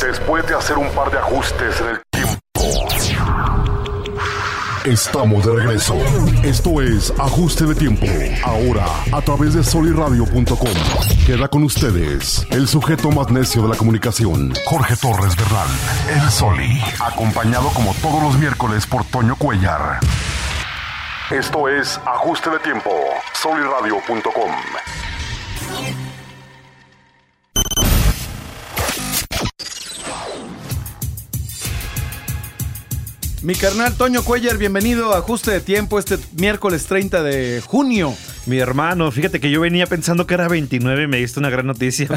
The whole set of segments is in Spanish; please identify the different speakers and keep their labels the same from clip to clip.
Speaker 1: Después de hacer un par de ajustes en el tiempo. Estamos de regreso. Esto es Ajuste de Tiempo. Ahora, a través de soliradio.com. Queda con ustedes el sujeto más necio de la comunicación, Jorge Torres Bernal, el Soli. Acompañado como todos los miércoles por Toño Cuellar. Esto es Ajuste de Tiempo, soliradio.com.
Speaker 2: Mi carnal Toño Cuellar, bienvenido a Ajuste de Tiempo este miércoles 30 de junio.
Speaker 3: Mi hermano, fíjate que yo venía pensando que era 29 y me diste una gran noticia.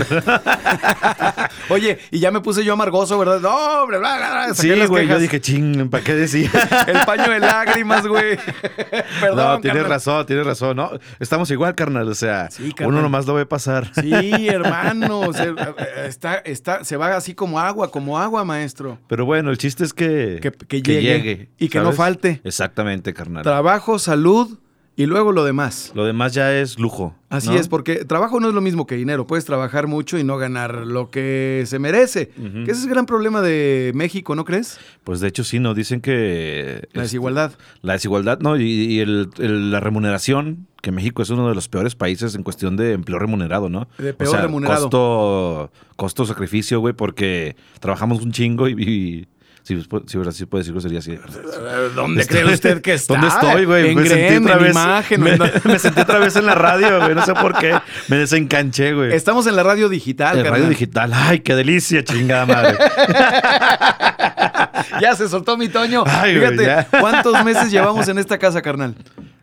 Speaker 2: Oye, y ya me puse yo amargoso, ¿verdad? No, bla, bla, bla.
Speaker 3: Sí, güey, yo dije, ching, ¿para qué decir?
Speaker 2: El paño de lágrimas, güey.
Speaker 3: Perdón. No, tienes carnal. razón, tienes razón. No, estamos igual, carnal. O sea, sí, carnal. uno nomás lo ve pasar.
Speaker 2: Sí, hermano. O sea, está, está, se va así como agua, como agua, maestro.
Speaker 3: Pero bueno, el chiste es que,
Speaker 2: que, que, que llegue, llegue, Y que ¿sabes? no falte.
Speaker 3: Exactamente, carnal.
Speaker 2: Trabajo, salud. Y luego lo demás.
Speaker 3: Lo demás ya es lujo.
Speaker 2: Así ¿no? es, porque trabajo no es lo mismo que dinero. Puedes trabajar mucho y no ganar lo que se merece. Uh -huh. que ese es el gran problema de México, ¿no crees?
Speaker 3: Pues de hecho sí, ¿no? Dicen
Speaker 2: que...
Speaker 3: Este,
Speaker 2: La desigualdad.
Speaker 3: Es, la desigualdad, ¿no? Y, y el, el, la remuneración, que México es uno de los peores países en cuestión de empleo remunerado, ¿no?
Speaker 2: De peor o sea, remunerado.
Speaker 3: Costo, costo sacrificio, güey, porque trabajamos un chingo y, y si, sí, sí, sí puede decirlo, sería así. De
Speaker 2: verdad. ¿Dónde está, cree usted que está?
Speaker 3: ¿Dónde estoy, güey?
Speaker 2: Me Grem, sentí otra vez. Imagen,
Speaker 3: me, me, sentí otra vez en la radio, güey. No sé por qué. Me desencanché, güey.
Speaker 2: Estamos en la radio digital,
Speaker 3: En radio digital. Ay, qué delicia, chingada madre.
Speaker 2: ya se soltó mi Toño. Ay, Fíjate, wey, ¿cuántos meses llevamos en esta casa, carnal?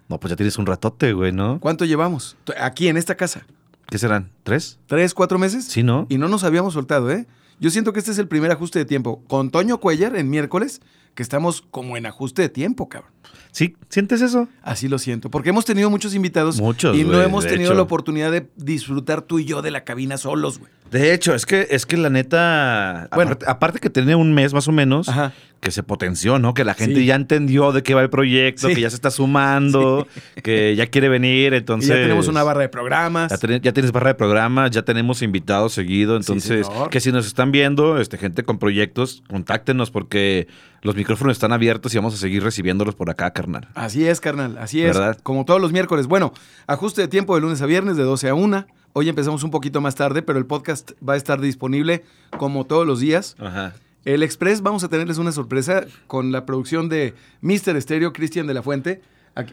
Speaker 3: No, pues ya tienes un ratote, güey, ¿no?
Speaker 2: ¿Cuánto llevamos? Aquí, en esta casa.
Speaker 3: ¿Qué serán? ¿Tres?
Speaker 2: ¿Tres, cuatro meses?
Speaker 3: Sí, ¿no?
Speaker 2: Y no nos habíamos soltado, ¿eh? Yo siento que este es el primer ajuste de tiempo. Con Toño Cuellar en miércoles, que estamos como en ajuste de tiempo, cabrón.
Speaker 3: ¿Sí? ¿Sientes eso?
Speaker 2: Así lo siento. Porque hemos tenido muchos invitados.
Speaker 3: Muchos,
Speaker 2: y no
Speaker 3: wey,
Speaker 2: hemos tenido
Speaker 3: hecho.
Speaker 2: la oportunidad de disfrutar tú y yo de la cabina solos, güey.
Speaker 3: De hecho, es que, es que la neta. Bueno, aparte, aparte que tiene un mes más o menos
Speaker 2: Ajá.
Speaker 3: que se potenció, ¿no? Que la gente sí. ya entendió de qué va el proyecto, sí. que ya se está sumando, sí. que ya quiere venir. Entonces. Y
Speaker 2: ya tenemos una barra de programas.
Speaker 3: Ya, ten, ya, tienes barra de programas, ya tenemos invitados seguido. Entonces, que si nos están viendo, este, gente con proyectos, contáctenos porque los micrófonos están abiertos y vamos a seguir recibiéndolos por acá, carnal.
Speaker 2: Así es, carnal, así es. ¿verdad? Como todos los miércoles. Bueno, ajuste de tiempo de lunes a viernes de 12 a 1. Hoy empezamos un poquito más tarde, pero el podcast va a estar disponible como todos los días.
Speaker 3: Ajá.
Speaker 2: El Express, vamos a tenerles una sorpresa con la producción de Mr. Estéreo, Cristian de la Fuente.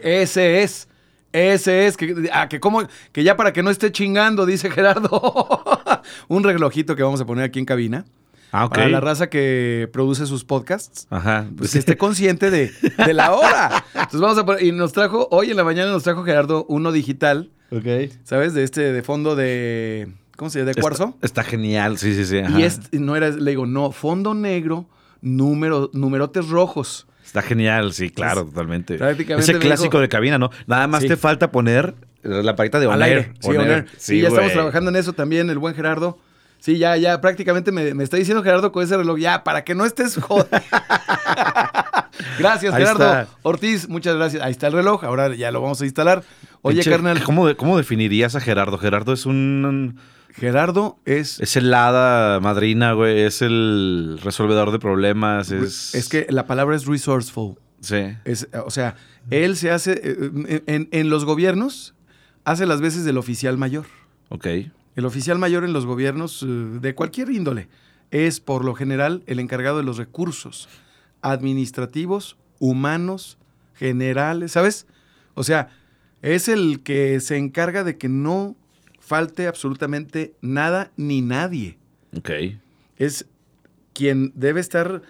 Speaker 2: Ese es. Ese es, que, ah, que, como, que ya para que no esté chingando, dice Gerardo. un reglojito que vamos a poner aquí en cabina.
Speaker 3: Ah, okay.
Speaker 2: Para la raza que produce sus podcasts.
Speaker 3: Ajá.
Speaker 2: Pues que esté consciente de, de la hora. Entonces vamos a poner, y nos trajo, hoy en la mañana nos trajo Gerardo uno digital.
Speaker 3: Ok.
Speaker 2: ¿Sabes? De este, de fondo de, ¿cómo se llama? De cuarzo.
Speaker 3: Está, está genial, sí, sí, sí. Ajá.
Speaker 2: Y es, no era, le digo, no, fondo negro, número, numerotes rojos.
Speaker 3: Está genial, sí, claro, es, totalmente.
Speaker 2: Pues, Prácticamente.
Speaker 3: Ese clásico dijo, de cabina, ¿no? Nada más sí. te falta poner la paqueta de
Speaker 2: oner. Sí,
Speaker 3: on
Speaker 2: air. Sí, sí ya estamos trabajando en eso también, el buen Gerardo. Sí, ya, ya, prácticamente me, me, está diciendo Gerardo con ese reloj, ya, para que no estés joder. gracias, Ahí Gerardo. Está. Ortiz, muchas gracias. Ahí está el reloj, ahora ya lo vamos a instalar. Oye, Pinche, carnal.
Speaker 3: ¿cómo, de, ¿Cómo definirías a Gerardo? Gerardo es un...
Speaker 2: Gerardo es...
Speaker 3: Es el hada madrina, güey, es el resolvedor de problemas, es...
Speaker 2: Es que la palabra es resourceful.
Speaker 3: Sí.
Speaker 2: Es, o sea, él se hace, eh, en, en, en los gobiernos, hace las veces del oficial mayor.
Speaker 3: Ok.
Speaker 2: El oficial mayor en los gobiernos eh, de cualquier índole es por lo general el encargado de los recursos administrativos, humanos, generales, ¿sabes? O sea, es el que se encarga de que no falte absolutamente nada ni nadie.
Speaker 3: Ok.
Speaker 2: Es quien debe estar,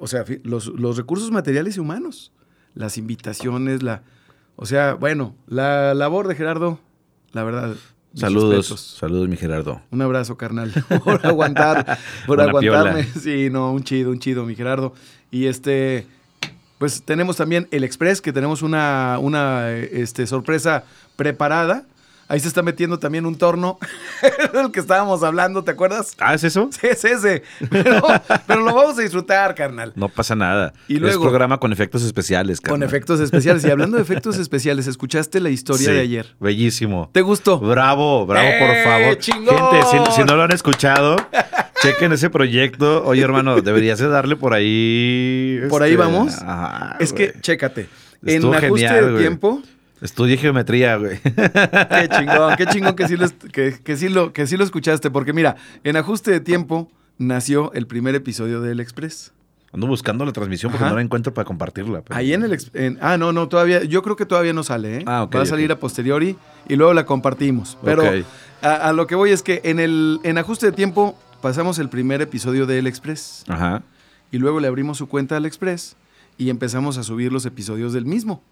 Speaker 2: o sea, los, los recursos materiales y humanos, las invitaciones, la... O sea, bueno, la labor de Gerardo, la verdad,
Speaker 3: mis saludos, respetos. saludos mi Gerardo.
Speaker 2: Un abrazo, carnal, por aguantar, por Una aguantarme. Piola. Sí, no, un chido, un chido, mi Gerardo. Y este, pues tenemos también el Express, que tenemos una, una este, sorpresa preparada. Ahí se está metiendo también un torno del que estábamos hablando, ¿te acuerdas?
Speaker 3: Ah, ¿es eso?
Speaker 2: Sí, es ese. Pero, pero lo vamos a disfrutar, carnal.
Speaker 3: No pasa nada. Y luego, es programa con efectos especiales, carnal.
Speaker 2: Con efectos especiales. Y hablando de efectos especiales, ¿escuchaste la historia sí, de ayer?
Speaker 3: Bellísimo.
Speaker 2: ¿Te gustó?
Speaker 3: Bravo, bravo, por favor.
Speaker 2: ¡Eh, chingón!
Speaker 3: Gente, si, si no lo han escuchado, Chequen ese proyecto. Oye, hermano, deberías de darle por ahí.
Speaker 2: ¿Por ahí
Speaker 3: este,
Speaker 2: vamos?
Speaker 3: ajá,
Speaker 2: es
Speaker 3: güey.
Speaker 2: que, chécate.
Speaker 3: Estuvo
Speaker 2: en ajuste
Speaker 3: genial,
Speaker 2: de
Speaker 3: güey.
Speaker 2: tiempo,
Speaker 3: Estudié geometría, güey.
Speaker 2: qué chingón, qué chingón que sí, lo, est- que, que sí lo, que sí lo escuchaste. Porque mira, en ajuste de tiempo nació el primer episodio de El Express.
Speaker 3: Ando buscando la transmisión porque
Speaker 2: Ajá.
Speaker 3: no la encuentro para compartirla. pero-
Speaker 2: Ahí en el... ex- en- ah, no, no, todavía... Yo creo que todavía no sale, ¿eh?
Speaker 3: Ah, ok,
Speaker 2: Va a
Speaker 3: ok.
Speaker 2: salir a posteriori y luego la compartimos. Pero
Speaker 3: Ok.
Speaker 2: a, a lo que voy es que en el en ajuste de tiempo pasamos el primer episodio de El Express
Speaker 3: Ajá.
Speaker 2: y luego le abrimos su cuenta al Express y empezamos a subir los episodios del mismo.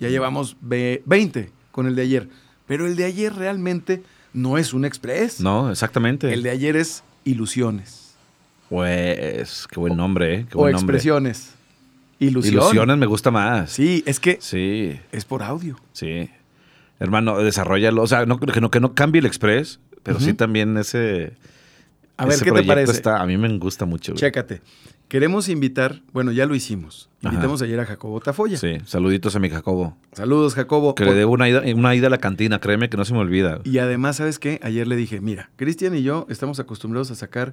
Speaker 2: Ya llevamos ve- 20 con el de ayer. Pero el de ayer realmente no es un Express.
Speaker 3: No, exactamente.
Speaker 2: El de ayer es Ilusiones.
Speaker 3: Pues, qué buen nombre, ¿eh? Qué
Speaker 2: o
Speaker 3: buen nombre.
Speaker 2: Expresiones. Ilusión.
Speaker 3: Ilusiones me gusta más.
Speaker 2: Sí, es que
Speaker 3: Sí,
Speaker 2: es por audio.
Speaker 3: sí. Hermano, desarrollalo. O sea, no, que, no, que no cambie el Express, pero sí
Speaker 2: Ujú.
Speaker 3: también ese.
Speaker 2: A ver,
Speaker 3: ese
Speaker 2: ¿qué te
Speaker 3: proyecto
Speaker 2: parece?
Speaker 3: está- a mí me gusta mucho. güey.
Speaker 2: Chécate. Queremos invitar, bueno, ya lo hicimos.
Speaker 3: Ajá.
Speaker 2: Invitamos ayer a Jacobo Tafoya.
Speaker 3: Sí, saluditos a mi Jacobo.
Speaker 2: Saludos, Jacobo.
Speaker 3: Que le debo una ida, una ida a la cantina, créeme que no se me olvida.
Speaker 2: Y además, ¿sabes qué? Ayer le dije, mira, Cristian y yo estamos acostumbrados a sacar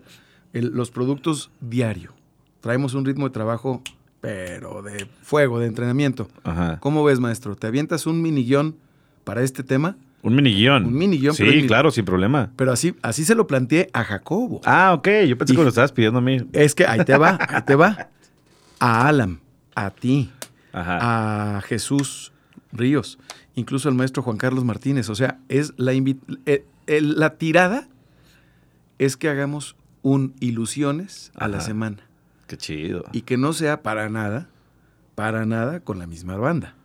Speaker 2: el- los productos diario. Traemos un ritmo de trabajo, pero de fuego, de entrenamiento.
Speaker 3: Ajá.
Speaker 2: ¿Cómo ves, maestro? ¿Te avientas un mini guión para este tema?
Speaker 3: Un mini guión.
Speaker 2: Un mini guión,
Speaker 3: Sí,
Speaker 2: pero es mi-
Speaker 3: claro, sin problema.
Speaker 2: Pero así, así se lo planteé a Jacobo.
Speaker 3: Ah, ok. Yo pensé
Speaker 2: Y-
Speaker 3: que me lo estabas pidiendo a mí.
Speaker 2: Es que ahí te va, ahí te va. A Alan, a ti, Ah.
Speaker 3: Ajá.
Speaker 2: a Jesús Ríos, incluso al maestro Juan Carlos Martínez. O sea, es la, invi- eh, el- la tirada es que hagamos un ilusiones a la
Speaker 3: Ajá. Ah.
Speaker 2: semana
Speaker 3: Qué chido.
Speaker 2: y que no sea para nada, para nada con la misma banda,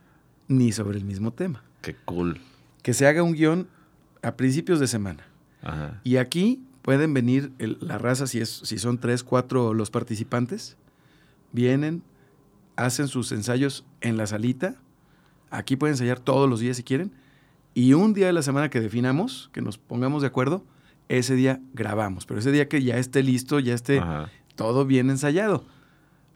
Speaker 2: ni sobre el mismo tema.
Speaker 3: Qué cool.
Speaker 2: Que se haga un guión a principios de semana.
Speaker 3: Ajá.
Speaker 2: Y aquí pueden venir el- la raza, si, es, si son tres, cuatro los participantes, vienen, hacen sus ensayos en la salita, aquí pueden ensayar todos los días si quieren, y un día de la semana que definamos, que nos pongamos de acuerdo, ese día grabamos, pero ese día que ya esté listo, ya esté
Speaker 3: Ajá.
Speaker 2: todo bien ensayado.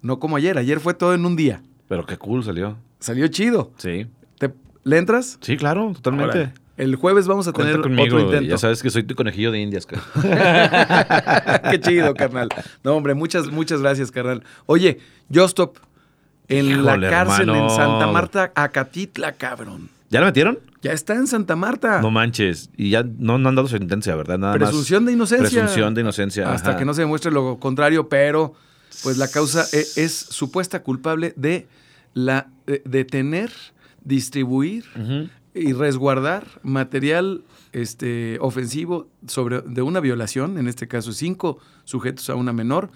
Speaker 2: No como ayer, ayer fue todo en un día,
Speaker 3: Pero qué cool salió.
Speaker 2: salió chido.
Speaker 3: Sí.
Speaker 2: ¿Te- ¿Le entras?
Speaker 3: Sí, claro, totalmente.
Speaker 2: Órale. El jueves vamos a
Speaker 3: Cuenta
Speaker 2: tener
Speaker 3: conmigo.
Speaker 2: otro
Speaker 3: güey.
Speaker 2: intento.
Speaker 3: Ya sabes que soy tu conejillo de indias. ca-
Speaker 2: Qué chido, carnal. No, hombre, muchas, muchas gracias, carnal. Oye, Jostop, en la
Speaker 3: Híjole,
Speaker 2: cárcel en
Speaker 3: hermano.
Speaker 2: Santa Marta, Acatitla, cabrón.
Speaker 3: ¿Ya la metieron?
Speaker 2: Ya está en Santa Marta.
Speaker 3: No manches. Y ya no, no han dado sentencia, ¿verdad? Nada más.
Speaker 2: Ah. Presunción de inocencia.
Speaker 3: Presunción de inocencia.
Speaker 2: Hasta que no se demuestre lo contrario, pero pues la causa e- es, supuesta culpable de la de, de tener, distribuir y resguardar material este, ofensivo sobre, de una violación, en este caso cinco sujetos a una menor,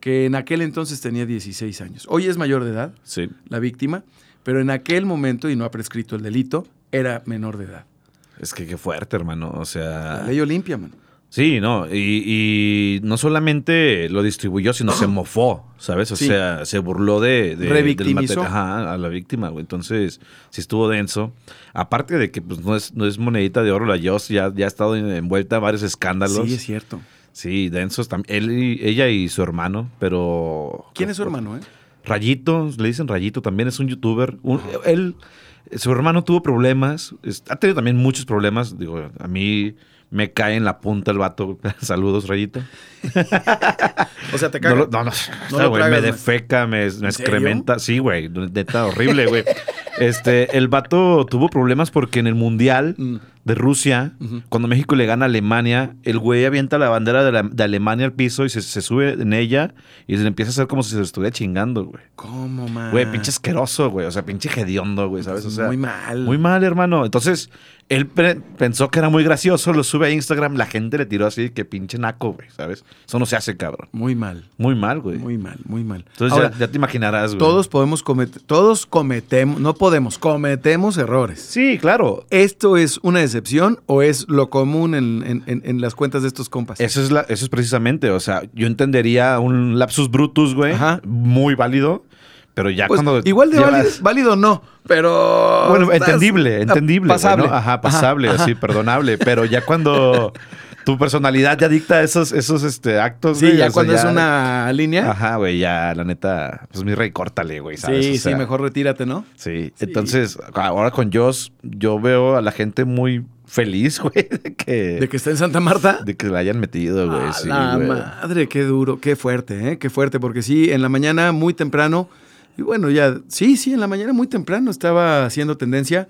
Speaker 2: que en aquel entonces tenía 16 años. Hoy es mayor de edad
Speaker 3: Sí.
Speaker 2: la víctima, pero en aquel momento, y no ha prescrito el delito, era menor de edad.
Speaker 3: Es que qué fuerte, hermano. O sea.
Speaker 2: La ley Olimpia, man.
Speaker 3: Sí, no. Y, y no solamente lo distribuyó, sino se mofó, ¿sabes? O
Speaker 2: Sí.
Speaker 3: sea, se burló de. de
Speaker 2: Revictimizó.
Speaker 3: del mate- Ajá, a la víctima, güey. Entonces, sí estuvo denso. Aparte de que pues, no, es, no es monedita de oro la Joss, ya, ya ha estado en- envuelta en varios escándalos.
Speaker 2: Sí, es cierto.
Speaker 3: Sí, densos también. Él y- ella y su hermano, pero. pues,
Speaker 2: ¿Quién es su hermano, eh?
Speaker 3: Rayito, le dicen Rayito, también es un youtuber. Un- él, su hermano tuvo problemas, es- ha tenido también muchos problemas. Digo, a mí me cae en la punta el vato. Saludos, Rayito.
Speaker 2: eh? O sea, te
Speaker 3: No,
Speaker 2: cago.
Speaker 3: lo- no, no,
Speaker 2: No
Speaker 3: no,
Speaker 2: lo
Speaker 3: güey,
Speaker 2: tragas,
Speaker 3: me
Speaker 2: güey.
Speaker 3: defeca, me, me
Speaker 2: serio?
Speaker 3: excrementa. Sí, güey, neta, horrible, güey. Este, el vato tuvo problemas porque en el Mundial
Speaker 2: Mm.
Speaker 3: de Rusia,
Speaker 2: Ujú.
Speaker 3: cuando México le gana a Alemania, el güey avienta la bandera de, la- de Alemania al piso y se, se sube en ella y se le empieza a hacer como si se lo estuviera chingando, güey.
Speaker 2: ¿Cómo, man?
Speaker 3: Güey, pinche asqueroso, güey. O sea, pinche hediondo, güey, ¿sabes? O sea,
Speaker 2: Ah. Pues muy mal.
Speaker 3: muy mal, hermano. Entonces, él pre- pensó que era muy gracioso, lo sube a Instagram, la gente le tiró así, que pinche naco, güey, ¿sabes? Eso no se hace, cabrón.
Speaker 2: Muy mal.
Speaker 3: Muy mal, güey.
Speaker 2: Muy mal, muy mal.
Speaker 3: Entonces, ya-
Speaker 2: Ahora,
Speaker 3: ya, te imaginarás, güey.
Speaker 2: todos podemos cometer, todos cometemos, no podemos, cometemos errores.
Speaker 3: Sí, claro.
Speaker 2: ¿Esto es una excepción o es lo común en, en- en- en las cuentas de estos compas?
Speaker 3: Eso es, la- eso es precisamente, o sea, yo entendería un lapsus brutus, güey,
Speaker 2: Ajá.
Speaker 3: muy válido, pero ya
Speaker 2: Pues,
Speaker 3: cuando...
Speaker 2: igual de
Speaker 3: llevas-
Speaker 2: válido, válido no, pero...
Speaker 3: Bueno,
Speaker 2: estás-
Speaker 3: entendible, entendible. güey,
Speaker 2: Pasable.
Speaker 3: ¿no? Ajá, pasable,
Speaker 2: Ajá, ajá.
Speaker 3: así, perdonable. Pero ya cuando tu personalidad ya dicta esos, esos este, actos.
Speaker 2: Sí,
Speaker 3: güey, o
Speaker 2: ya
Speaker 3: sea,
Speaker 2: cuando es una línea.
Speaker 3: Ajá, güey, ya, la neta, pues mi rey, córtale, güey, ¿sabes?
Speaker 2: sí,
Speaker 3: O sea,
Speaker 2: sí, mejor retírate, ¿no?
Speaker 3: Sí.
Speaker 2: Sí.
Speaker 3: entonces, ahora con Joss, yo veo a la gente muy feliz, güey, de que,
Speaker 2: ¿De que está en Santa Marta?
Speaker 3: de que la hayan metido, güey.
Speaker 2: Ah,
Speaker 3: Pues sí,
Speaker 2: la
Speaker 3: güey.
Speaker 2: madre, qué duro, qué fuerte, ¿eh? qué fuerte, porque sí, en la mañana muy temprano, y bueno, ya, sí, sí, en la mañana muy temprano estaba haciendo tendencia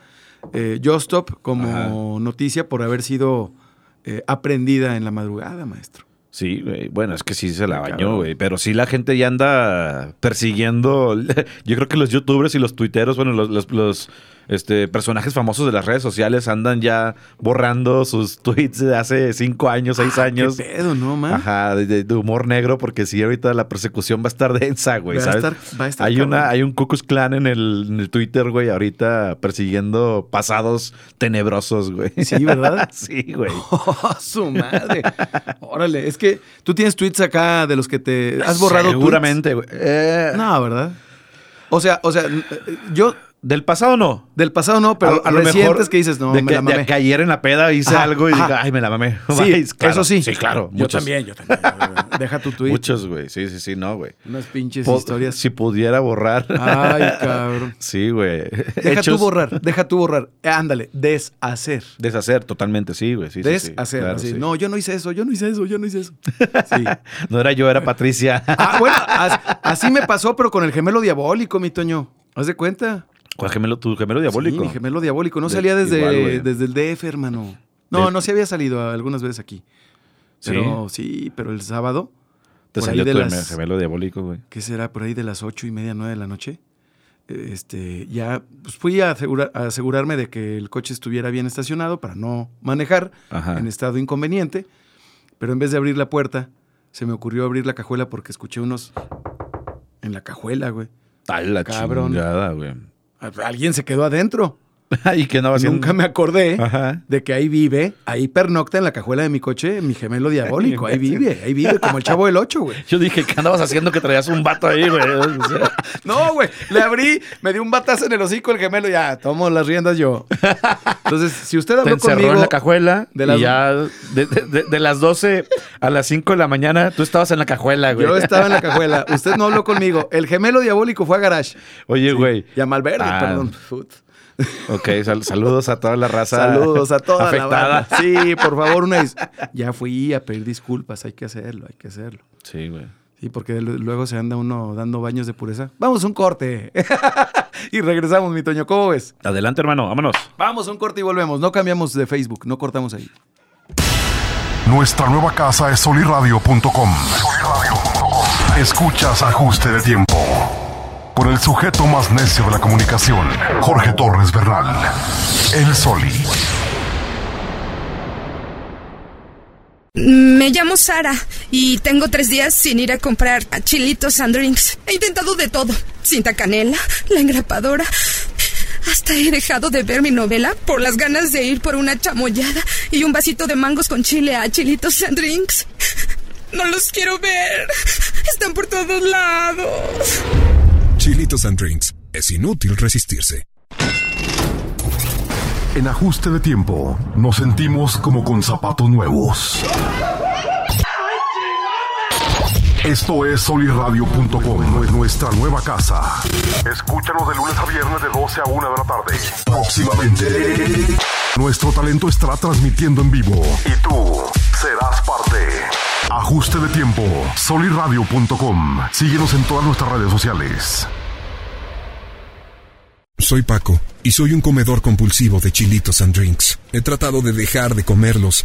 Speaker 2: eh, Justop como
Speaker 3: Ajá.
Speaker 2: noticia por haber sido eh, aprendida en la madrugada, maestro.
Speaker 3: Sí, güey. Bueno, es que sí se la
Speaker 2: cabrón.
Speaker 3: bañó, güey. Pero sí la gente ya anda persiguiendo. Yo creo que los youtubers y los tuiteros, bueno, los, los- los, este, personajes famosos de las redes sociales andan ya borrando sus tweets de hace cinco años, seis años.
Speaker 2: Ah, ¿Qué ¿eh? pedo, no, man?
Speaker 3: Ajá, de, de- de humor negro, porque sí, ahorita la persecución va a estar densa, güey.
Speaker 2: Va a
Speaker 3: ¿sabes?
Speaker 2: estar- va a estar
Speaker 3: hay,
Speaker 2: cabrón.
Speaker 3: una, hay un Cucus Clan en el, en el Twitter, güey, ahorita persiguiendo pasados tenebrosos, güey.
Speaker 2: Sí, ¿verdad?
Speaker 3: sí, güey.
Speaker 2: ¡Oh, su madre! Órale, es que tú tienes tweets acá de los que te... ¿Has borrado tweets?
Speaker 3: Seguramente, güey. Eh,
Speaker 2: No, ¿verdad? O sea, o sea, n- eh, yo
Speaker 3: Del pasado no.
Speaker 2: del pasado no, pero
Speaker 3: a, a lo
Speaker 2: recientes
Speaker 3: mejor
Speaker 2: que dices, no,
Speaker 3: de
Speaker 2: me
Speaker 3: que,
Speaker 2: la
Speaker 3: de
Speaker 2: mamé.
Speaker 3: que ayer en la peda hice
Speaker 2: Ajá,
Speaker 3: algo y
Speaker 2: ajá.
Speaker 3: diga, ay, me la mamé.
Speaker 2: Sí,
Speaker 3: Claro,
Speaker 2: eso sí.
Speaker 3: Sí, claro.
Speaker 2: Yo
Speaker 3: muchos.
Speaker 2: también, yo también. Deja tu tweet.
Speaker 3: Muchos, güey. Sí, sí, sí, no, güey.
Speaker 2: Unas pinches
Speaker 3: Po-
Speaker 2: historias.
Speaker 3: Si pudiera borrar.
Speaker 2: Ay, cabrón.
Speaker 3: Sí, güey.
Speaker 2: Deja
Speaker 3: Hechos-
Speaker 2: tú borrar, deja tú borrar. Eh, Ándale, deshacer.
Speaker 3: Deshacer, totalmente, sí, güey. Sí, sí, sí,
Speaker 2: deshacer.
Speaker 3: claro,
Speaker 2: así,
Speaker 3: sí.
Speaker 2: No, yo no hice eso, yo no hice eso, yo no hice eso. Sí.
Speaker 3: No era yo, era Patricia.
Speaker 2: Ah, bueno, as- así me pasó, pero con el gemelo diabólico, mi Toño. ¿Haz de cuenta?
Speaker 3: ¿Cuál gemelo? ¿Tu gemelo diabólico?
Speaker 2: Sí, mi gemelo diabólico. No
Speaker 3: De-
Speaker 2: salía desde,
Speaker 3: igual, güey.
Speaker 2: desde el DF, hermano. No,
Speaker 3: De-
Speaker 2: no se había salido algunas veces aquí.
Speaker 3: Sí.
Speaker 2: Pero sí, pero el sábado,
Speaker 3: Te
Speaker 2: por
Speaker 3: salió
Speaker 2: ahí
Speaker 3: tu
Speaker 2: de
Speaker 3: gem-
Speaker 2: las-
Speaker 3: gemelo diabólico, güey.
Speaker 2: ¿qué será? Por ahí de las ocho y media, nueve de la noche. eh, Este, ya pues, fui a, asegura- a asegurarme de que el coche estuviera bien estacionado para no manejar
Speaker 3: Ajá.
Speaker 2: en este estado inconveniente. Pero en vez de abrir la puerta, se me ocurrió abrir la cajuela porque escuché unos en la cajuela, güey.
Speaker 3: Ay, la
Speaker 2: Cabrón.
Speaker 3: chingada, güey.
Speaker 2: Alguien se quedó adentro.
Speaker 3: ¿Y qué andaba haciendo?
Speaker 2: Nunca me acordé
Speaker 3: Ah, Ajá.
Speaker 2: de que ahí vive, ahí pernocta en la cajuela de mi coche, mi gemelo diabólico. Ahí vive, ahí vive, como el chavo del 8, güey.
Speaker 3: Yo dije, ¿qué andabas haciendo que traías un vato ahí, güey? O sea,
Speaker 2: No, güey. Le abrí, me dio un batazo en el hocico el gemelo. Ya, tomo las riendas yo. Entonces, si usted
Speaker 3: te
Speaker 2: habló
Speaker 3: encerró
Speaker 2: conmigo.
Speaker 3: en la cajuela
Speaker 2: de las-
Speaker 3: y ya de, de- de- de las 12 a las 5 de la mañana tú estabas en la cajuela, güey.
Speaker 2: Yo estaba en la cajuela. Usted no habló conmigo. El gemelo diabólico fue a Garage.
Speaker 3: Oye, güey.
Speaker 2: Y a Malverde,
Speaker 3: Ah.
Speaker 2: perdón. Put.
Speaker 3: Ok, sal- saludos a toda la raza
Speaker 2: Saludos a toda la
Speaker 3: afectada.
Speaker 2: banda. Sí, por favor, una dis- Ya fui a pedir disculpas. Hay que hacerlo, hay que hacerlo.
Speaker 3: Sí, güey.
Speaker 2: Sí, porque lu- luego se anda uno dando baños de pureza. Vamos a un corte. y regresamos, mi Toño. ¿Cómo ves?
Speaker 3: Adelante, hermano, vámonos.
Speaker 2: Vamos a un corte y volvemos. No cambiamos de Facebook, no cortamos ahí.
Speaker 1: Nuestra nueva casa es soliradio.com. Escuchas ajuste de tiempo. Por el sujeto más necio de la comunicación, Jorge Torres Bernal. El Soli.
Speaker 4: Me llamo Sara y tengo tres días sin ir a comprar chilitos and drinks. He intentado de todo. Cinta canela, la engrapadora. Hasta he dejado de ver mi novela por las ganas de ir por una chamoyada y un vasito de mangos con chile a chilitos and drinks. No los quiero ver. Están por todos lados.
Speaker 5: Chilitos and Drinks. Es inútil resistirse.
Speaker 1: En ajuste de tiempo, nos sentimos como con zapatos nuevos. Esto es soliradio.com, nuestra nueva casa. Escúchanos de lunes a viernes de 12 a 1 de la tarde. Próximamente. Nuestro talento estará transmitiendo en vivo. Y tú serás parte. Ajuste de tiempo, soliradio.com. Síguenos en todas nuestras redes sociales.
Speaker 5: Soy Paco y soy un comedor compulsivo de chilitos and drinks. He tratado de dejar de comerlos,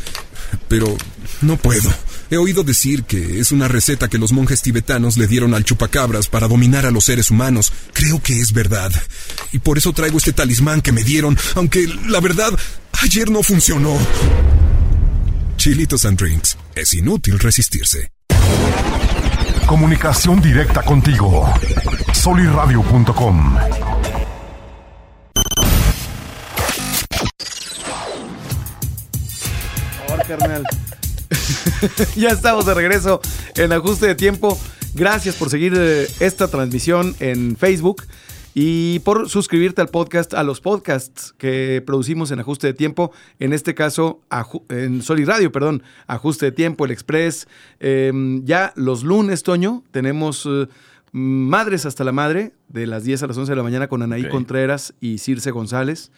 Speaker 5: pero no puedo. He oído decir que es una receta que los monjes tibetanos le dieron al chupacabras para dominar a los seres humanos. Creo que es verdad. Y por eso traigo este talismán que me dieron, aunque la verdad, ayer no funcionó. Chilitos and drinks. Es inútil resistirse.
Speaker 1: Comunicación directa contigo. Soliradio.com.
Speaker 2: Por carnal. ya estamos de regreso en ajuste de tiempo. Gracias por seguir eh, esta transmisión en Facebook y por suscribirte al podcast, a los podcasts que producimos en ajuste de tiempo. En este caso, Aju- en Sol y Radio, perdón, ajuste de tiempo, el Express. Eh, ya los lunes, Toño, tenemos eh, Madres hasta la Madre, de las 10 a las 11 de la mañana con Anaí
Speaker 3: Ok.
Speaker 2: Contreras y Circe González.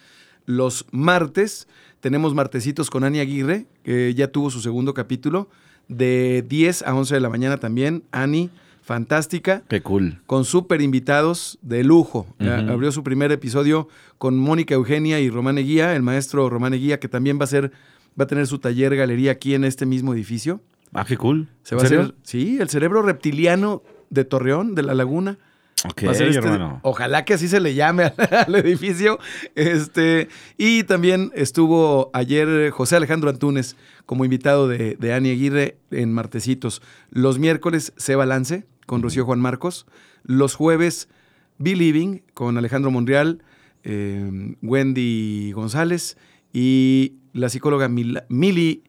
Speaker 2: los martes. Tenemos martesitos con Ani Aguirre, que ya tuvo su segundo capítulo, de 10 a 11 de la mañana también. Ani, fantástica
Speaker 3: Qué cool.
Speaker 2: con super invitados de lujo. Ya Abrió su primer episodio con Mónica Eugenia y Román Eguía, el maestro Román Eguía, que también va a ser, va a tener su taller galería aquí en este mismo edificio.
Speaker 3: Ah, qué cool.
Speaker 2: Se va a
Speaker 3: ¿En serio?
Speaker 2: hacer, sí, el cerebro reptiliano de Torreón, de la Laguna.
Speaker 3: Ok,
Speaker 2: Va a ser este-
Speaker 3: hermano.
Speaker 2: ojalá que así se le llame al, al edificio. Este, y también estuvo ayer eh, José Alejandro Antunes como invitado de, de Ani Aguirre en Martesitos. Los miércoles Se Balance con Rocío Juan Marcos. Los jueves Believing con Alejandro Monreal, eh, Wendy González y la psicóloga Mila- Mili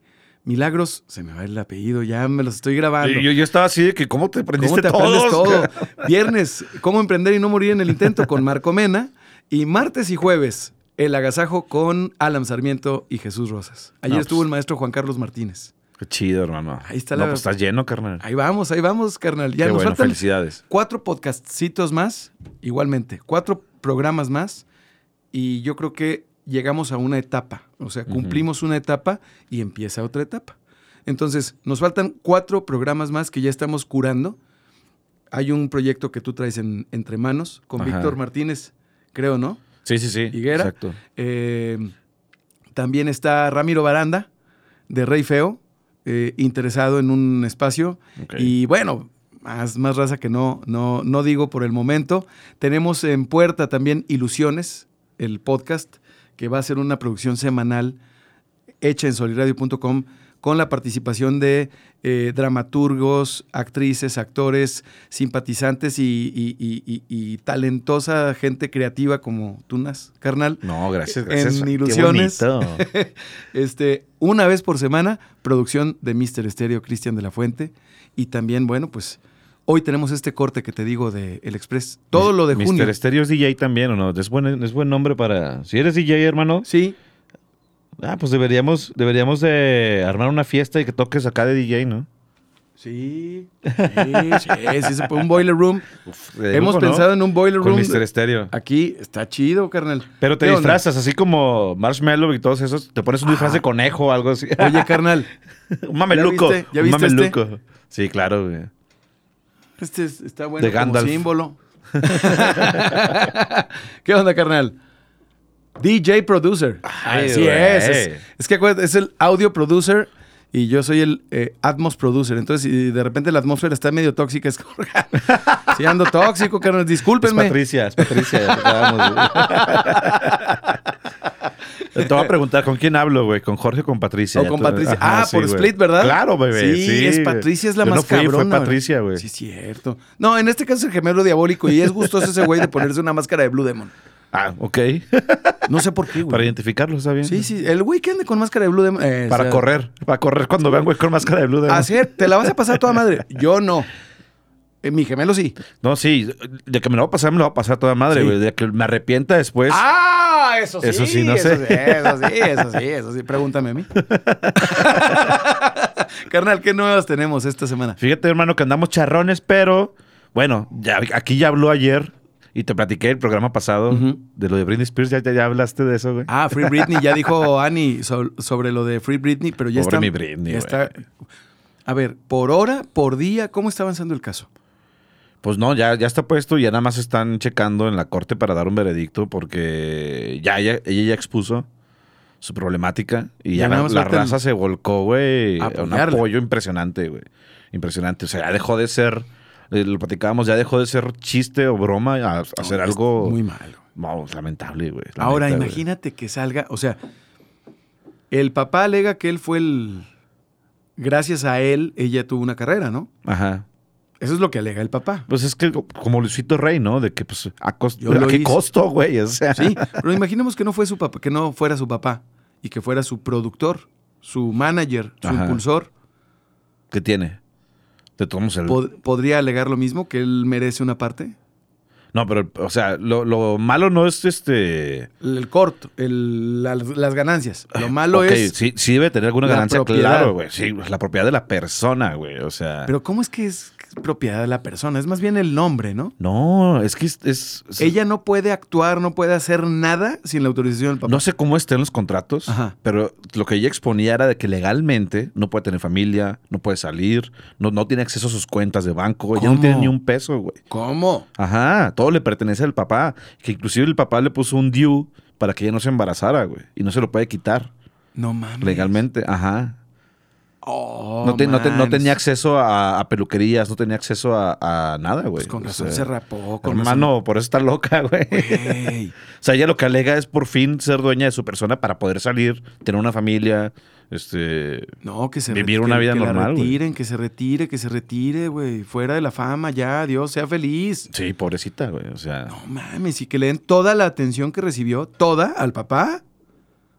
Speaker 2: Milagros. Se me va el apellido, ya me los estoy grabando.
Speaker 3: Yo, yo estaba así de que, ¿cómo te
Speaker 2: Oh, ¿Cómo
Speaker 3: aprendiste
Speaker 2: te aprendes
Speaker 3: todos?
Speaker 2: todo? Viernes, ¿cómo emprender y no morir en el intento con Marco Mena? Y martes y jueves, el agasajo con Alan Sarmiento y Jesús Rosas. Ayer
Speaker 3: No, pues.
Speaker 2: estuvo el maestro Juan Carlos Martínez.
Speaker 3: Qué chido, hermano.
Speaker 2: Ahí está
Speaker 3: no,
Speaker 2: la-
Speaker 3: pues estás lleno, carnal.
Speaker 2: Ahí vamos, ahí vamos, carnal. Ya
Speaker 3: qué
Speaker 2: nos
Speaker 3: bueno,
Speaker 2: faltan
Speaker 3: felicidades.
Speaker 2: cuatro podcastcitos más, igualmente, cuatro programas más. Y yo creo que llegamos a una etapa. O sea, cumplimos una etapa y empieza otra etapa. Entonces, nos faltan cuatro programas más que ya estamos curando. Hay un proyecto que tú traes en, entre manos con
Speaker 3: Ajá.
Speaker 2: Víctor Martínez, creo, ¿no?
Speaker 3: Sí, sí, sí.
Speaker 2: Higuera.
Speaker 3: Exacto.
Speaker 2: Eh, también está Ramiro Baranda, de Rey Feo, eh, interesado en un espacio.
Speaker 3: Ok.
Speaker 2: Y bueno, más, más raza que no, no, no digo por el momento. Tenemos en puerta también Ilusiones, el podcast, que va a ser una producción semanal hecha en soliradio.com con la participación de eh, dramaturgos, actrices, actores, simpatizantes y, y- y- y- y talentosa gente creativa como Tunas, carnal.
Speaker 3: No, gracias,
Speaker 2: En
Speaker 3: gracias. Qué
Speaker 2: ilusiones.
Speaker 3: bonito.
Speaker 2: Este, una vez por semana, producción de Mister Estéreo Cristian de la Fuente. Y también, bueno, pues hoy tenemos este corte que te digo de El Express. Todo lo de
Speaker 3: Mr.
Speaker 2: junio.
Speaker 3: Estéreo es DJ también, ¿o no? Es buen, es buen nombre para... Si eres DJ, hermano,
Speaker 2: Sí,
Speaker 3: ah, pues deberíamos, deberíamos de armar una fiesta y que toques acá de DJ, ¿no?
Speaker 2: sí, sí, sí, sí, se puede. un boiler room. Hemos pensado en un boiler
Speaker 3: Con
Speaker 2: room.
Speaker 3: Mr. Estéreo.
Speaker 2: Aquí está chido, carnal.
Speaker 3: Pero te
Speaker 2: ¿Qué onda? Ah.
Speaker 3: disfrazas, así como Marshmallow y todos esos, te pones un disfraz de conejo o algo así.
Speaker 2: Oye, carnal,
Speaker 3: un mameluco.
Speaker 2: ¿ya viste- ya
Speaker 3: un
Speaker 2: viste este?
Speaker 3: mameluco. Sí, claro, güey.
Speaker 2: este es- está bueno
Speaker 3: De
Speaker 2: como
Speaker 3: Gandalf.
Speaker 2: símbolo. ¿Qué onda, carnal? DJ Producer.
Speaker 3: Ay,
Speaker 2: Así
Speaker 3: güey.
Speaker 2: es, es. es que acuérdate, es el audio producer y yo soy el eh, Atmos producer. Entonces, y de repente la atmósfera está medio tóxica. Es como, sí, ando tóxico, carnal.
Speaker 3: Es
Speaker 2: Discúlpenme.
Speaker 3: Pues Patricia, es Patricia. ya te hablábamos, güey. Te voy a preguntar, ¿con quién hablo, güey? ¿Con Jorge o con Patricia?
Speaker 2: O
Speaker 3: Ya
Speaker 2: con
Speaker 3: tú-
Speaker 2: Patricia.
Speaker 3: Ajá,
Speaker 2: ah,
Speaker 3: sí,
Speaker 2: por
Speaker 3: güey.
Speaker 2: Split, ¿verdad?
Speaker 3: Claro, bebé.
Speaker 2: Sí,
Speaker 3: Sí,
Speaker 2: es Patricia es la
Speaker 3: Yo
Speaker 2: más
Speaker 3: no fui,
Speaker 2: cabrona.
Speaker 3: Fue Patricia, güey.
Speaker 2: Sí, cierto. No, en este caso es el gemelo diabólico y es gustoso ese güey de ponerse una máscara de Blue Demon.
Speaker 3: Ah, ok.
Speaker 2: No sé por qué,
Speaker 3: Para
Speaker 2: güey.
Speaker 3: identificarlo, ¿está bien?
Speaker 2: Sí, sí, el güey que anda con máscara de Blue Demon. eh,
Speaker 3: Para
Speaker 2: o sea, Ah,
Speaker 3: correr. Para correr cuando vean, güey, con máscara de blue. Demon.
Speaker 2: Así es, te la vas a pasar toda madre. Yo no. Eh, mi gemelo sí.
Speaker 3: No, sí. De que me lo va a pasar, me lo va a pasar toda madre,
Speaker 2: Sí.
Speaker 3: güey. De que me arrepienta después.
Speaker 2: ah, eso sí.
Speaker 3: eso sí, no
Speaker 2: eso
Speaker 3: sé.
Speaker 2: sí, Eso sí, eso sí, eso sí. Pregúntame a mí. Carnal, ¿qué nuevas tenemos esta semana?
Speaker 3: Fíjate, hermano, que andamos charrones, pero bueno, ya- aquí ya habló ayer y te platiqué el programa pasado
Speaker 2: Ujú.
Speaker 3: de lo de Britney Spears. Ya, ya, ya hablaste de eso, güey.
Speaker 2: Ah, Free Britney, ya dijo Annie so- sobre lo de Free Britney, pero ya
Speaker 3: Pobre
Speaker 2: está.
Speaker 3: mi Britney,
Speaker 2: ya está. A ver, por hora, por día, ¿cómo está avanzando el caso?
Speaker 3: Pues no, ya, ya está puesto y ya nada más están checando en la corte para dar un veredicto porque ya ella, ella ya expuso su problemática y
Speaker 2: Ya
Speaker 3: ya
Speaker 2: nada
Speaker 3: la,
Speaker 2: más
Speaker 3: la
Speaker 2: falta el-
Speaker 3: raza se volcó, güey,
Speaker 2: A
Speaker 3: a un
Speaker 2: apoyarla.
Speaker 3: apoyo impresionante, güey. Impresionante. O sea, ya dejó de ser, eh, lo platicábamos, ya dejó de ser chiste o broma a, a hacer
Speaker 2: No, es
Speaker 3: algo
Speaker 2: Muy malo.
Speaker 3: no, lamentable, güey. la
Speaker 2: Ahora,
Speaker 3: neta, güey.
Speaker 2: imagínate que salga, o sea, el papá alega que él fue el. Gracias a él, ella tuvo una carrera, ¿no?
Speaker 3: Ajá.
Speaker 2: Eso es lo que alega el papá.
Speaker 3: Pues es que como Luisito Rey, ¿no? De que pues a, cost-
Speaker 2: Yo lo
Speaker 3: ¿a qué
Speaker 2: hice.
Speaker 3: costo, güey. O sea,
Speaker 2: Sí, pero imaginemos que no fue su papá, que no fuera su papá y que fuera su productor, su manager, su
Speaker 3: Ajá.
Speaker 2: impulsor.
Speaker 3: ¿qué tiene? Te tomamos el.
Speaker 2: Pod- ¿Podría alegar lo mismo que él merece una parte?
Speaker 3: No, pero, o sea, lo, lo malo no es este.
Speaker 2: El corto, el- la- las ganancias. Lo malo
Speaker 3: Ah, Ok,
Speaker 2: es.
Speaker 3: Sí, sí debe tener alguna
Speaker 2: la
Speaker 3: ganancia,
Speaker 2: propiedad.
Speaker 3: pues, claro, güey. Sí, la propiedad de la persona, güey. O sea.
Speaker 2: Pero ¿cómo es que es, es propiedad de la persona, es más bien el nombre, ¿no?
Speaker 3: No, es que es. es- es-
Speaker 2: Ella no puede actuar, no puede hacer nada sin la autorización del papá.
Speaker 3: No sé cómo estén los contratos,
Speaker 2: Ajá.
Speaker 3: pero lo que ella exponía era de que legalmente no puede tener familia, no puede salir, no, no tiene acceso a sus cuentas de banco, ella
Speaker 2: ¿Cómo?
Speaker 3: no tiene ni un peso, güey.
Speaker 2: ¿Cómo?
Speaker 3: Ajá, todo le pertenece al papá, que inclusive el papá le puso un due para que ella no se embarazara, güey, y no se lo puede quitar
Speaker 2: No mames.
Speaker 3: legalmente, ajá.
Speaker 2: Oh,
Speaker 3: no, te- no te- no
Speaker 2: manes.
Speaker 3: tenía acceso a, a peluquerías, no tenía acceso a, a nada, güey.
Speaker 2: Pues con
Speaker 3: O
Speaker 2: razón
Speaker 3: sea,
Speaker 2: se rapó. Con
Speaker 3: Hermano, por eso está loca, güey.
Speaker 2: razón- Güey.
Speaker 3: O sea, ella lo que alega es por fin ser dueña de su persona para poder salir, tener una familia, este...
Speaker 2: No, que se
Speaker 3: Vivir
Speaker 2: reti-
Speaker 3: una
Speaker 2: que-
Speaker 3: vida
Speaker 2: que la
Speaker 3: normal, güey.
Speaker 2: retiren, que se retire, que se retire, güey. Fuera de la fama, ya, Dios, sea feliz.
Speaker 3: Sí, pobrecita, güey. O sea,
Speaker 2: No mames, y que le den toda la atención que recibió, toda, al papá.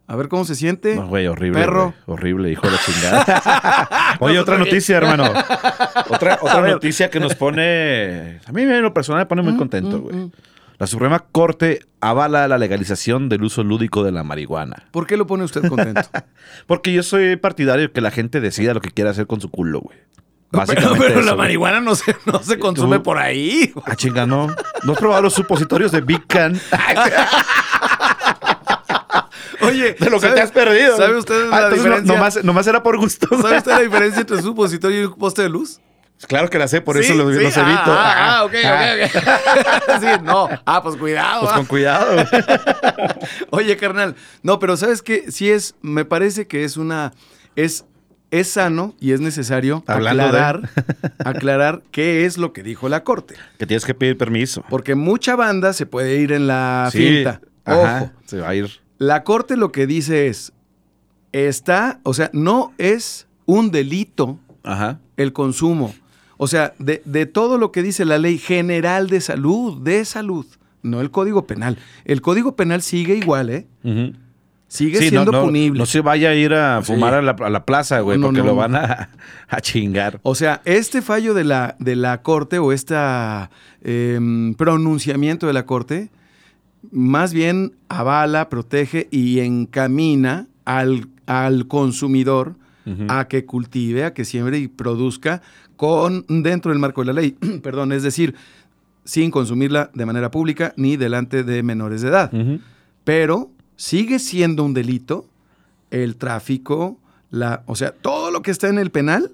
Speaker 2: A ver cómo se siente.
Speaker 3: no, güey, horrible.
Speaker 2: Perro.
Speaker 3: güey. horrible, hijo de la chingada. Oye, otra noticia, hermano. Otra, otra noticia que nos pone... A mí en lo personal me pone muy contento, güey. La Suprema Corte avala la legalización del uso lúdico de la marihuana.
Speaker 2: ¿Por qué lo pone usted contento?
Speaker 3: Porque yo soy partidario de que la gente decida lo que quiera hacer con su culo, güey.
Speaker 2: pero
Speaker 3: Básicamente
Speaker 2: pero
Speaker 3: eso,
Speaker 2: la
Speaker 3: güey.
Speaker 2: marihuana no se, no se consume
Speaker 3: Tú-
Speaker 2: por ahí. güey.
Speaker 3: Ah, chinga, no. ¿No has probado los supositorios de Big Can?
Speaker 2: Oye,
Speaker 3: De lo que
Speaker 2: ¿sabe-
Speaker 3: te has perdido.
Speaker 2: ¿Sabe usted
Speaker 3: Ah,
Speaker 2: la
Speaker 3: entonces no-
Speaker 2: diferencia?
Speaker 3: nomás, nomás era por gusto.
Speaker 2: ¿Sabe usted la diferencia entre un supositorio y un poste de luz?
Speaker 3: Claro que la sé, por
Speaker 2: Sí,
Speaker 3: eso los,
Speaker 2: sí,
Speaker 3: los
Speaker 2: ah,
Speaker 3: evito.
Speaker 2: Ah, ah, ok,
Speaker 3: Ah,
Speaker 2: ok, ok. sí, no. Ah, pues cuidado.
Speaker 3: Pues
Speaker 2: ah.
Speaker 3: con cuidado. güey.
Speaker 2: Oye, carnal. No, pero ¿sabes qué? Sí es, me parece que es una, es, es sano y es necesario
Speaker 3: Hablando de-
Speaker 2: aclarar, aclarar qué es lo que dijo la corte.
Speaker 3: que tienes que pedir permiso.
Speaker 2: Porque mucha banda se puede ir en la
Speaker 3: Sí,
Speaker 2: finta. Ojo.
Speaker 3: ajá, Se va a ir.
Speaker 2: La corte lo que dice es, está, o sea, no es un delito
Speaker 3: Ajá.
Speaker 2: el consumo. O sea, de, de todo lo que dice la ley general de salud, de salud, no el código penal. El código penal sigue igual, ¿eh?
Speaker 3: Ujú.
Speaker 2: Sigue
Speaker 3: Sí,
Speaker 2: siendo
Speaker 3: no, no,
Speaker 2: punible.
Speaker 3: No se vaya a ir a
Speaker 2: Sí.
Speaker 3: fumar a, la, a la plaza, güey,
Speaker 2: No, no,
Speaker 3: porque
Speaker 2: no,
Speaker 3: lo
Speaker 2: no.
Speaker 3: van a, a chingar.
Speaker 2: O sea, este fallo de la, de la Corte o este pronunciamiento de la Corte más bien avala, protege y encamina al, al consumidor
Speaker 3: Ujú.
Speaker 2: a que cultive, a que siembre y produzca con, dentro del marco de la ley. Perdón, es decir, sin consumirla de manera pública ni delante de menores de edad
Speaker 3: Ujú.
Speaker 2: pero sigue siendo un delito el tráfico, la, o sea, todo lo que está en el penal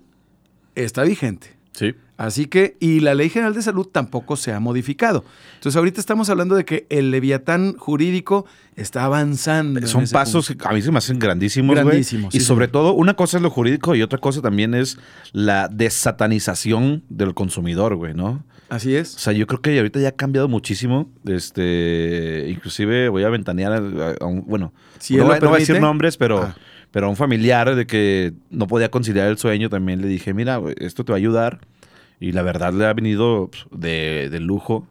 Speaker 2: está vigente.
Speaker 3: Sí.
Speaker 2: Así que, y la Ley General de Salud tampoco se ha modificado. Entonces, ahorita estamos hablando de que el leviatán jurídico está avanzando. en
Speaker 3: Son
Speaker 2: ese
Speaker 3: pasos
Speaker 2: punto.
Speaker 3: que a mí se me hacen grandísimos, güey.
Speaker 2: Grandísimos,
Speaker 3: y
Speaker 2: sí,
Speaker 3: sobre
Speaker 2: señor.
Speaker 3: todo, una cosa es lo jurídico y otra cosa también es la desatanización del consumidor, güey, ¿no?
Speaker 2: Así
Speaker 3: O
Speaker 2: es.
Speaker 3: sea, yo creo que ahorita ya ha cambiado muchísimo. Este, inclusive voy a ventanear a, a un, bueno,
Speaker 2: Si
Speaker 3: no,
Speaker 2: él lo
Speaker 3: voy- no voy a decir
Speaker 2: permite.
Speaker 3: nombres, pero,
Speaker 2: Ah.
Speaker 3: pero a un familiar de que no podía conciliar el sueño también le dije, mira, güey, esto te va a ayudar. Y la verdad le ha venido pues, de, de lujo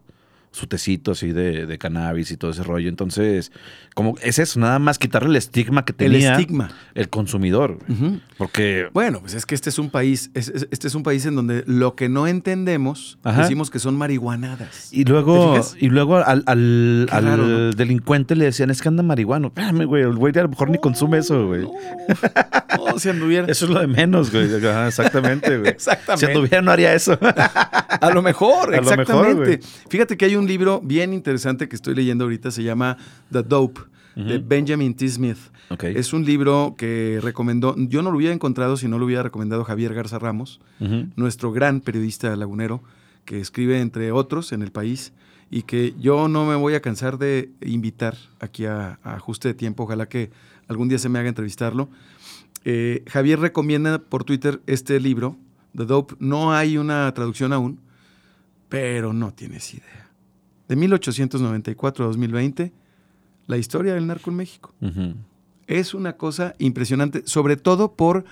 Speaker 3: su tecito así de, de cannabis y todo ese rollo. Entonces, como es eso, nada más quitarle el estigma que
Speaker 2: El
Speaker 3: tenía el,
Speaker 2: estigma.
Speaker 3: consumidor. güey.
Speaker 2: Ujú.
Speaker 3: Porque
Speaker 2: Bueno, pues es que este es un país, es- es- este es un país en donde lo que no entendemos
Speaker 3: Ajá.
Speaker 2: decimos que son marihuanadas.
Speaker 3: Y luego,
Speaker 2: ¿Te fijas?
Speaker 3: y luego al, al-
Speaker 2: Qué
Speaker 3: al
Speaker 2: raro, ¿no?
Speaker 3: delincuente le decían, es que anda marihuano. Espérame, güey, el güey a lo mejor ni consume eso, güey.
Speaker 2: No, no, si anduviera.
Speaker 3: Eso es lo de menos, güey. Ajá, exactamente, güey.
Speaker 2: Exactamente.
Speaker 3: Si anduviera no haría eso.
Speaker 2: A lo mejor,
Speaker 3: A lo mejor,
Speaker 2: exactamente.
Speaker 3: güey.
Speaker 2: Fíjate que hay un libro bien interesante que estoy leyendo ahorita, se llama The Dope, de Benjamin T. Smith.
Speaker 3: ok.
Speaker 2: Es un libro que recomendó, yo no lo hubiera encontrado si no lo hubiera recomendado Javier Garza Ramos,
Speaker 3: Ujú.
Speaker 2: nuestro gran periodista lagunero, que escribe entre otros en el país y que yo no me voy a cansar de invitar aquí a, a ajuste de tiempo, ojalá que algún día se me haga entrevistarlo. Eh, Javier recomienda por Twitter este libro, The Dope, no hay una traducción aún, pero no tienes idea. De 1894 a 2020, la historia del narco en México.
Speaker 3: Ujú.
Speaker 2: Es una cosa impresionante, sobre todo por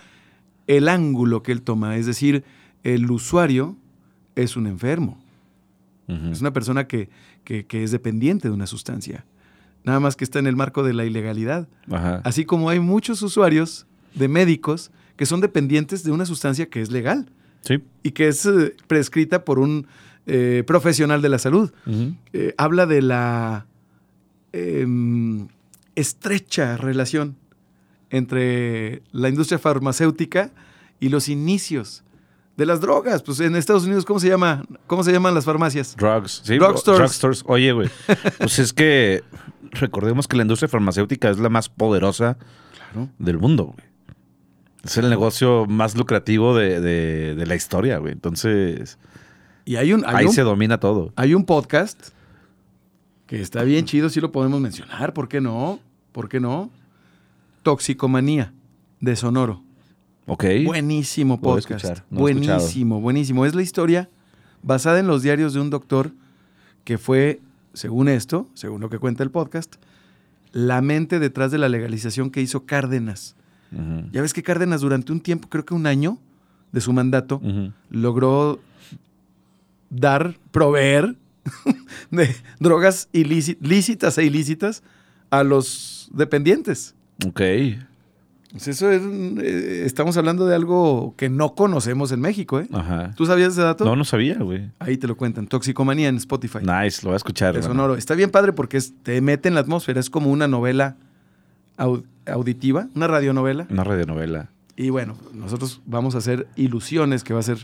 Speaker 2: el ángulo que él toma. Es decir, el usuario es un enfermo,
Speaker 3: Ujú.
Speaker 2: es una persona que, que- que es dependiente de una sustancia, nada más que está en el marco de la ilegalidad.
Speaker 3: Ajá.
Speaker 2: Así como hay muchos usuarios de médicos que son dependientes de una sustancia que es legal
Speaker 3: Sí.
Speaker 2: y que es eh, prescrita por un eh, profesional de la salud
Speaker 3: Ujú.
Speaker 2: eh, habla de la em, estrecha relación entre la industria farmacéutica y los inicios de las drogas. Pues en Estados Unidos, ¿cómo se llama? ¿Cómo se llaman las farmacias?
Speaker 3: Drugs. Sí,
Speaker 2: Drugstores.
Speaker 3: Drugstores. Oye, güey. Pues es que recordemos que la industria farmacéutica es la más poderosa del mundo, güey. Es el negocio más lucrativo de, de- de la historia, güey. Entonces,
Speaker 2: Y hay un, hay
Speaker 3: ahí
Speaker 2: un-
Speaker 3: se domina todo.
Speaker 2: hay un podcast que está bien chido, sí lo podemos mencionar, ¿por qué no? ¿Por qué no? Toxicomanía de Sonoro.
Speaker 3: Ok.
Speaker 2: Buenísimo
Speaker 3: Lo voy a
Speaker 2: podcast.
Speaker 3: escuchar, no lo he escuchado.
Speaker 2: buenísimo, buenísimo. Es la historia basada en los diarios de un doctor que fue, según esto, según lo que cuenta el podcast, la mente detrás de la legalización que hizo Cárdenas.
Speaker 3: Ujú,
Speaker 2: Ya ves que Cárdenas durante un tiempo, creo que un año de su mandato,
Speaker 3: ujú.
Speaker 2: logró dar, proveer de drogas ilíci- lícitas e ilícitas a los dependientes.
Speaker 3: Ok.
Speaker 2: Pues eso es, un- eh, estamos hablando de algo que no conocemos en México, ¿eh?
Speaker 3: Ajá.
Speaker 2: ¿Tú sabías ese dato?
Speaker 3: No, no sabía, güey.
Speaker 2: Ahí te lo cuentan. Toxicomanía en Spotify.
Speaker 3: Nice, lo voy a escuchar.
Speaker 2: de
Speaker 3: güey.
Speaker 2: Sonoro. Está bien padre porque es- te mete en la atmósfera. Es como una novela au- auditiva, una radionovela.
Speaker 3: Una radionovela.
Speaker 2: Y bueno, nosotros vamos a hacer ilusiones que va a ser un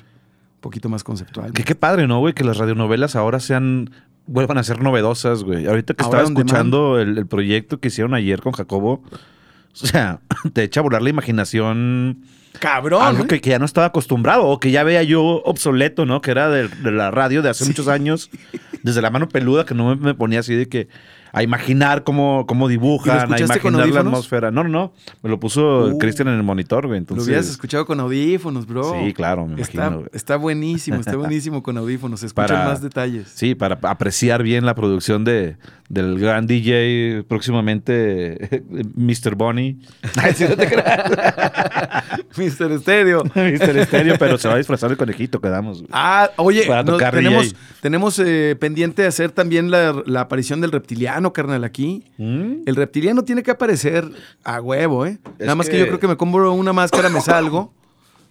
Speaker 2: poquito más conceptual.
Speaker 3: Que qué padre, ¿no, güey? Que las radionovelas ahora sean. vuelvan a ser novedosas, güey. Ahorita que
Speaker 2: Ahora
Speaker 3: estaba
Speaker 2: on demand.
Speaker 3: escuchando el, el proyecto que hicieron ayer con Jacobo. O sea, te echa a volar la imaginación.
Speaker 2: ¡Cabrón!
Speaker 3: algo
Speaker 2: ¿eh?
Speaker 3: que, que ya no estaba acostumbrado o que ya veía yo obsoleto, ¿no? Que era de, de la radio de hace muchos años. Desde la mano peluda que no me, me ponía así de que. A imaginar cómo, cómo
Speaker 2: ¿Y lo
Speaker 3: dibujan, a
Speaker 2: escuchaste con
Speaker 3: imaginar la
Speaker 2: audífonos?
Speaker 3: atmósfera. No, no, no. Me lo puso
Speaker 2: Uh.
Speaker 3: Cristian en el monitor, güey.
Speaker 2: Lo
Speaker 3: Entonces,
Speaker 2: hubieras escuchado con audífonos, bro.
Speaker 3: Sí, claro, me
Speaker 2: Está,
Speaker 3: imagino, güey.
Speaker 2: está buenísimo, está buenísimo con audífonos. Se escuchan
Speaker 3: Para-
Speaker 2: más detalles.
Speaker 3: Sí, para apreciar bien la producción de, del gran DJ próximamente Mr. Bonnie. Ay, sí, no te creas.
Speaker 2: Mister Estéreo.
Speaker 3: Mr. Estéreo, pero se va a disfrazar el conejito que damos. güey.
Speaker 2: Ah, oye,
Speaker 3: Para
Speaker 2: no,
Speaker 3: tocar
Speaker 2: tenemos,
Speaker 3: DJ.
Speaker 2: tenemos eh, pendiente de hacer también la, la aparición del reptiliano, carnal, aquí.
Speaker 3: ¿Mm?
Speaker 2: El reptiliano tiene que aparecer a huevo, ¿eh?
Speaker 3: Es
Speaker 2: Nada más que...
Speaker 3: que-
Speaker 2: yo creo que me compro una máscara, me salgo,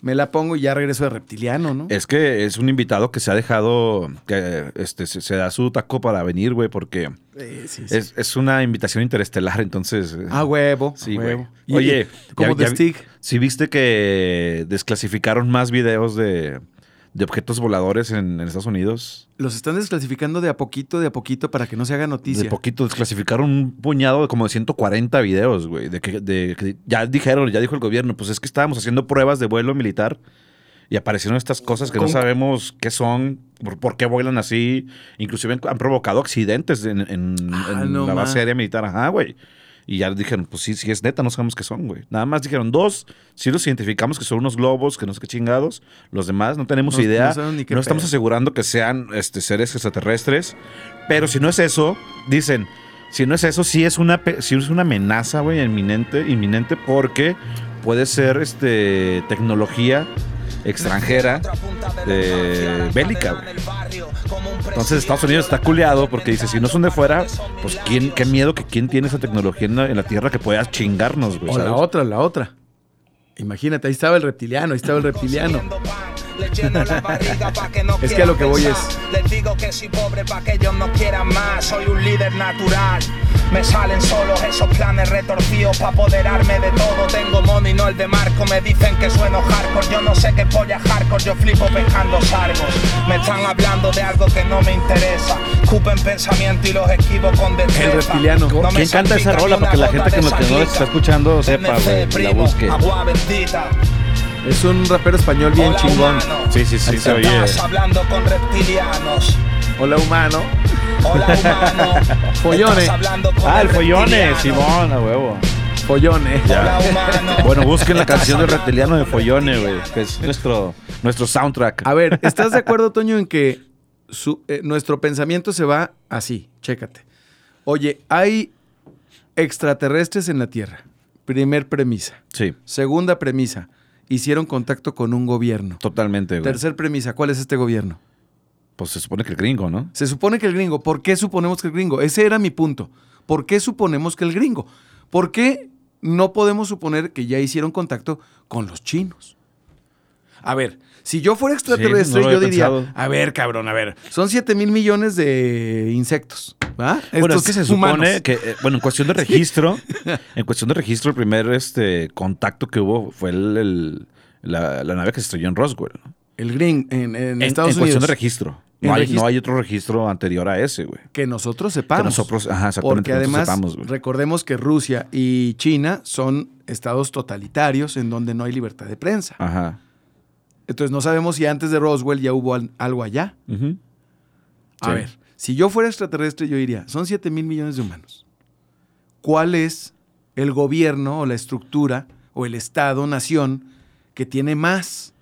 Speaker 2: me la pongo y ya regreso de reptiliano, ¿no?
Speaker 3: Es que es un invitado que se ha dejado, que este, se, se da su taco para venir, güey, porque
Speaker 2: Eh, sí, sí.
Speaker 3: es, es una invitación interestelar, entonces... eh,
Speaker 2: A huevo.
Speaker 3: Sí,
Speaker 2: a
Speaker 3: güey.
Speaker 2: huevo. Y-
Speaker 3: Oye,
Speaker 2: como
Speaker 3: ya-
Speaker 2: The
Speaker 3: ya vi-
Speaker 2: Stick.
Speaker 3: Sí, viste que desclasificaron más videos de, de objetos voladores en- en Estados Unidos.
Speaker 2: Los están desclasificando de a poquito, de a poquito, para que no se haga noticia.
Speaker 3: De poquito desclasificaron un puñado de como de 140 videos, güey. De que, de que ya dijeron, ya dijo el gobierno, pues es que estábamos haciendo pruebas de vuelo militar y aparecieron estas cosas que no
Speaker 2: Con-
Speaker 3: sabemos qué son, por, por qué vuelan así. Inclusive han, han provocado accidentes en, en-
Speaker 2: Ah,
Speaker 3: en
Speaker 2: no
Speaker 3: la
Speaker 2: ma.
Speaker 3: base aérea militar. Ajá, güey. Y ya dijeron, pues sí, sí es neta, no sabemos qué son, güey. Nada más dijeron dos, sí los identificamos que son unos globos, que no sé qué chingados. Los demás no tenemos
Speaker 2: No-
Speaker 3: idea.
Speaker 2: no
Speaker 3: No,
Speaker 2: saben ni qué
Speaker 3: estamos
Speaker 2: pedo.
Speaker 3: asegurando que sean este, seres extraterrestres. Pero si no es eso, dicen, si no es eso, sí es una, pe- sí es una amenaza, güey, inminente, inminente, porque puede ser este, tecnología extranjera eh, bélica, güey. Entonces Estados Unidos está culeado porque dice, si no son de fuera, pues ¿quién, qué miedo que quién tiene esa tecnología en la, en la Tierra que pueda chingarnos, güey.
Speaker 2: O la
Speaker 3: ¿sabes?
Speaker 2: otra, la otra. Imagínate, ahí estaba el reptiliano, ahí estaba el reptiliano.
Speaker 6: es que a lo que voy es. Les digo que soy pobre para que ellos no quieran más. Soy un líder natural. Me salen solos esos planes retorcidos para apoderarme de todo. Tengo money, no el de Marco. Me dicen que sueno hardcore. Yo no sé qué polla hardcore. Yo flipo pescando sargos. Me están hablando de algo que no me interesa. Cupen pensamiento y los esquivo con destreza.
Speaker 2: reptiliano.
Speaker 6: me
Speaker 3: ¿Quién canta esa
Speaker 6: salpica ni
Speaker 3: rola? Para que
Speaker 6: una
Speaker 3: la gente
Speaker 6: gota
Speaker 3: que
Speaker 6: de
Speaker 3: nos- que no la está
Speaker 6: saliva.
Speaker 3: escuchando sepa,
Speaker 6: TNC,
Speaker 3: güey, la
Speaker 6: primo,
Speaker 3: busque.
Speaker 6: Agua bendita.
Speaker 2: Es un rapero español bien
Speaker 6: Hola,
Speaker 2: chingón.
Speaker 6: humano.
Speaker 3: Sí, sí, sí, se oye.
Speaker 6: Estás hablando con reptilianos.
Speaker 2: Hola, humano.
Speaker 6: Hola, humano.
Speaker 2: Follones.
Speaker 6: Estás hablando con
Speaker 3: Ah, el follone,
Speaker 6: reptilianos.
Speaker 3: Simón, a huevo.
Speaker 2: Follones.
Speaker 6: Hola, humano.
Speaker 3: Bueno, busquen la canción del
Speaker 6: Estás
Speaker 3: reptiliano de
Speaker 6: hablando con
Speaker 3: Follone, güey,
Speaker 6: reptilianos.
Speaker 3: que es nuestro, nuestro soundtrack.
Speaker 2: A ver, ¿estás de acuerdo, Toño, en que su- eh, nuestro pensamiento se va así? Chécate. Oye, hay extraterrestres en la Tierra. Primer premisa.
Speaker 3: Sí,
Speaker 2: Segunda premisa. Hicieron contacto con un gobierno.
Speaker 3: totalmente, güey.
Speaker 2: Tercer premisa. ¿Cuál es este gobierno?
Speaker 3: Pues se supone que el gringo, ¿no?
Speaker 2: Se supone que el gringo. ¿Por qué suponemos que el gringo? Ese era mi punto. ¿Por qué suponemos que el gringo? ¿Por qué no podemos suponer que ya hicieron contacto con los chinos? A ver, si yo fuera extraterrestre,
Speaker 3: no lo
Speaker 2: yo
Speaker 3: había
Speaker 2: diría,
Speaker 3: pensado.
Speaker 2: a ver, cabrón, a ver, son 7 mil millones de insectos, ¿va?
Speaker 3: Bueno,
Speaker 2: Estos
Speaker 3: es que se supone
Speaker 2: humanos.
Speaker 3: que, eh, bueno, en cuestión de registro, en cuestión de registro, el primer este contacto que hubo fue el, el- la, la nave que se estrelló en Roswell. ¿no?
Speaker 2: El green en, en
Speaker 3: En,
Speaker 2: Estados
Speaker 3: en
Speaker 2: Unidos.
Speaker 3: cuestión de registro.
Speaker 2: En
Speaker 3: No hay,
Speaker 2: registro.
Speaker 3: no hay otro registro anterior a ese, güey.
Speaker 2: Que nosotros sepamos.
Speaker 3: Que nosotros- ajá, exactamente,
Speaker 2: Porque
Speaker 3: que nosotros
Speaker 2: además,
Speaker 3: sepamos, güey.
Speaker 2: recordemos que Rusia y China son estados totalitarios en donde no hay libertad de prensa.
Speaker 3: Ajá.
Speaker 2: Entonces no sabemos si antes de Roswell ya hubo al- algo allá.
Speaker 3: Ujú.
Speaker 2: A
Speaker 3: Sí.
Speaker 2: ver, si yo fuera extraterrestre, yo diría, son 7 mil millones de humanos. ¿Cuál es el gobierno o la estructura o el Estado, nación, que tiene más?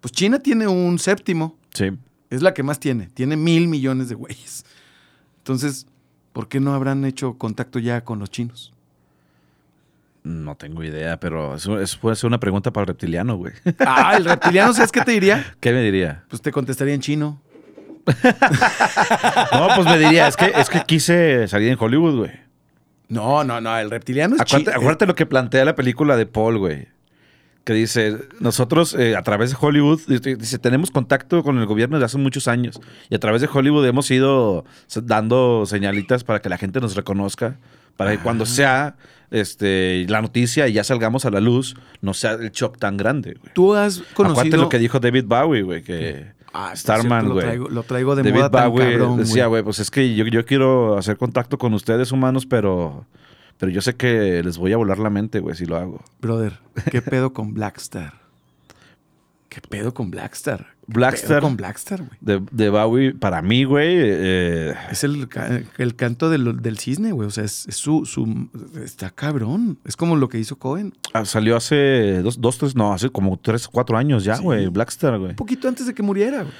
Speaker 2: Pues China tiene un séptimo,
Speaker 3: Sí.
Speaker 2: es la que más tiene, tiene mil millones de güeyes. Entonces, ¿por qué no habrán hecho contacto ya con los chinos?
Speaker 3: No tengo idea, pero eso, eso puede ser una pregunta para el reptiliano, güey.
Speaker 2: Ah, el reptiliano, ¿sabes qué te diría?
Speaker 3: ¿Qué me diría?
Speaker 2: Pues te contestaría en chino.
Speaker 3: No, pues me diría, es que, es que quise salir en Hollywood, güey.
Speaker 2: No, no, no, el reptiliano es eh,
Speaker 3: Acuérdate,
Speaker 2: chino.
Speaker 3: acuérdate lo que plantea la película de Paul, güey. Que dice, nosotros eh, a través de Hollywood, dice, tenemos contacto con el gobierno desde hace muchos años. Y a través de Hollywood hemos ido se- dando señalitas para que la gente nos reconozca. Para que cuando sea este, la noticia y ya salgamos a la luz, no sea el shock tan grande, güey.
Speaker 2: Tú has conocido...
Speaker 3: Acuérdate lo que dijo David Bowie, güey, que
Speaker 2: Ah, por
Speaker 3: Starman,
Speaker 2: cierto,
Speaker 3: güey.
Speaker 2: Lo traigo, lo traigo de
Speaker 3: David
Speaker 2: moda tan
Speaker 3: Bowie
Speaker 2: cabrón, güey.
Speaker 3: decía, güey, pues es que yo, yo quiero hacer contacto con ustedes humanos, pero, pero yo sé que les voy a volar la mente, güey, si lo hago.
Speaker 2: Brother, ¿qué pedo con Blackstar? ¿Qué pedo con Blackstar? ¿Qué
Speaker 3: Blackstar.
Speaker 2: pedo con Blackstar, güey.
Speaker 3: De, de Bowie, para mí, güey, eh,
Speaker 2: Es el, ca- el canto del, del cisne, güey. O sea, es, es su, su- Está cabrón. Es como lo que hizo Cohen.
Speaker 3: ah, salió hace dos, dos, tres, no, hace como tres, cuatro años ya,
Speaker 2: Sí.
Speaker 3: güey, Blackstar, güey.
Speaker 2: Un poquito antes de que muriera, güey.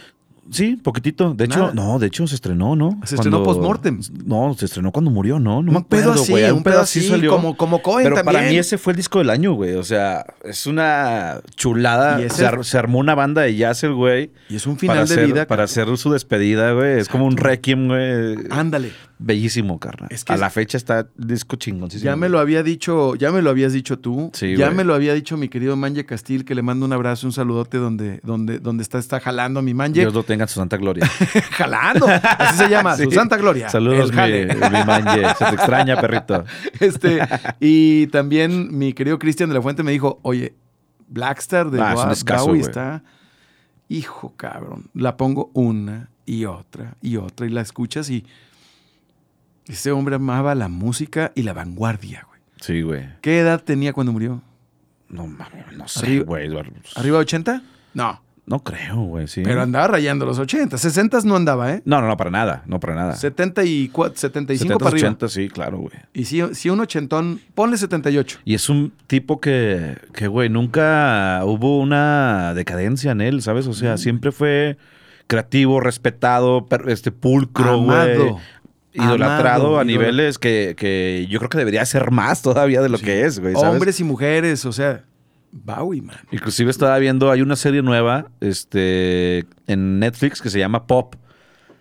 Speaker 3: Sí, poquitito. De hecho,
Speaker 2: Nada.
Speaker 3: no, de hecho se estrenó, ¿no?
Speaker 2: Se estrenó
Speaker 3: Cuando-
Speaker 2: postmortem.
Speaker 3: No, se estrenó cuando murió, ¿no? No me
Speaker 2: Un pedo
Speaker 3: acuerdo,
Speaker 2: así,
Speaker 3: güey.
Speaker 2: un pedo así, como- como Cohen
Speaker 3: Pero para
Speaker 2: también.
Speaker 3: mí ese fue el disco del año, güey. O sea, es una chulada.
Speaker 2: Y ese-
Speaker 3: Se, ar- se armó una banda de jazz el güey.
Speaker 2: Y es un final
Speaker 3: para
Speaker 2: de
Speaker 3: hacer,
Speaker 2: vida.
Speaker 3: Para hacer su despedida, güey. Es como un requiem, güey.
Speaker 2: Ándale.
Speaker 3: Bellísimo, carnal.
Speaker 2: Es que
Speaker 3: A
Speaker 2: es-
Speaker 3: la fecha está disco chingoncísimo.
Speaker 2: Ya me lo había dicho, ya me lo habías dicho tú.
Speaker 3: Sí,
Speaker 2: ya
Speaker 3: güey.
Speaker 2: me lo había dicho mi querido Manje Castil, que le mando un abrazo, un saludote donde, donde, donde está, está jalando a mi Manje.
Speaker 3: Dios lo tenga en su santa gloria.
Speaker 2: jalando. Así se llama,
Speaker 3: Sí.
Speaker 2: su santa gloria.
Speaker 3: Saludos,
Speaker 2: El
Speaker 3: mi,
Speaker 2: jale.
Speaker 3: mi manje. Se te extraña, perrito.
Speaker 2: Este, y también mi querido Cristian de la Fuente me dijo, oye, Blackstar de
Speaker 3: Ah, es un
Speaker 2: Boa-
Speaker 3: discazo,
Speaker 2: Bowie
Speaker 3: güey.
Speaker 2: está... Hijo, cabrón. La pongo una y otra y otra y la escuchas y... Ese hombre amaba la música y la vanguardia, güey.
Speaker 3: Sí, güey.
Speaker 2: ¿Qué edad tenía cuando murió?
Speaker 3: No mames, no sé,
Speaker 2: Arriba-
Speaker 3: güey.
Speaker 2: ¿Arriba de 80? No.
Speaker 3: No creo, güey, sí.
Speaker 2: Pero andaba rayando los 80. 60 no andaba, ¿eh?
Speaker 3: No, no, no, para nada, no para nada.
Speaker 2: 74, 75
Speaker 3: 70,
Speaker 2: para arriba.
Speaker 3: 80, sí, claro, güey.
Speaker 2: Y si, si un ochentón, ponle 78.
Speaker 3: Y es un tipo que, que, güey, nunca hubo una decadencia en él, ¿sabes? O sea,
Speaker 2: Mm.
Speaker 3: siempre fue creativo, respetado, per- este pulcro, güey.
Speaker 2: Amado.
Speaker 3: Idolatrado
Speaker 2: Amado,
Speaker 3: a
Speaker 2: idol-
Speaker 3: niveles que, que yo creo que debería ser más todavía de lo que es, güey. ¿sabes?
Speaker 2: Hombres y mujeres, o sea, Bowie, man.
Speaker 3: Inclusive estaba viendo, hay una serie nueva este, en Netflix que se llama Pop.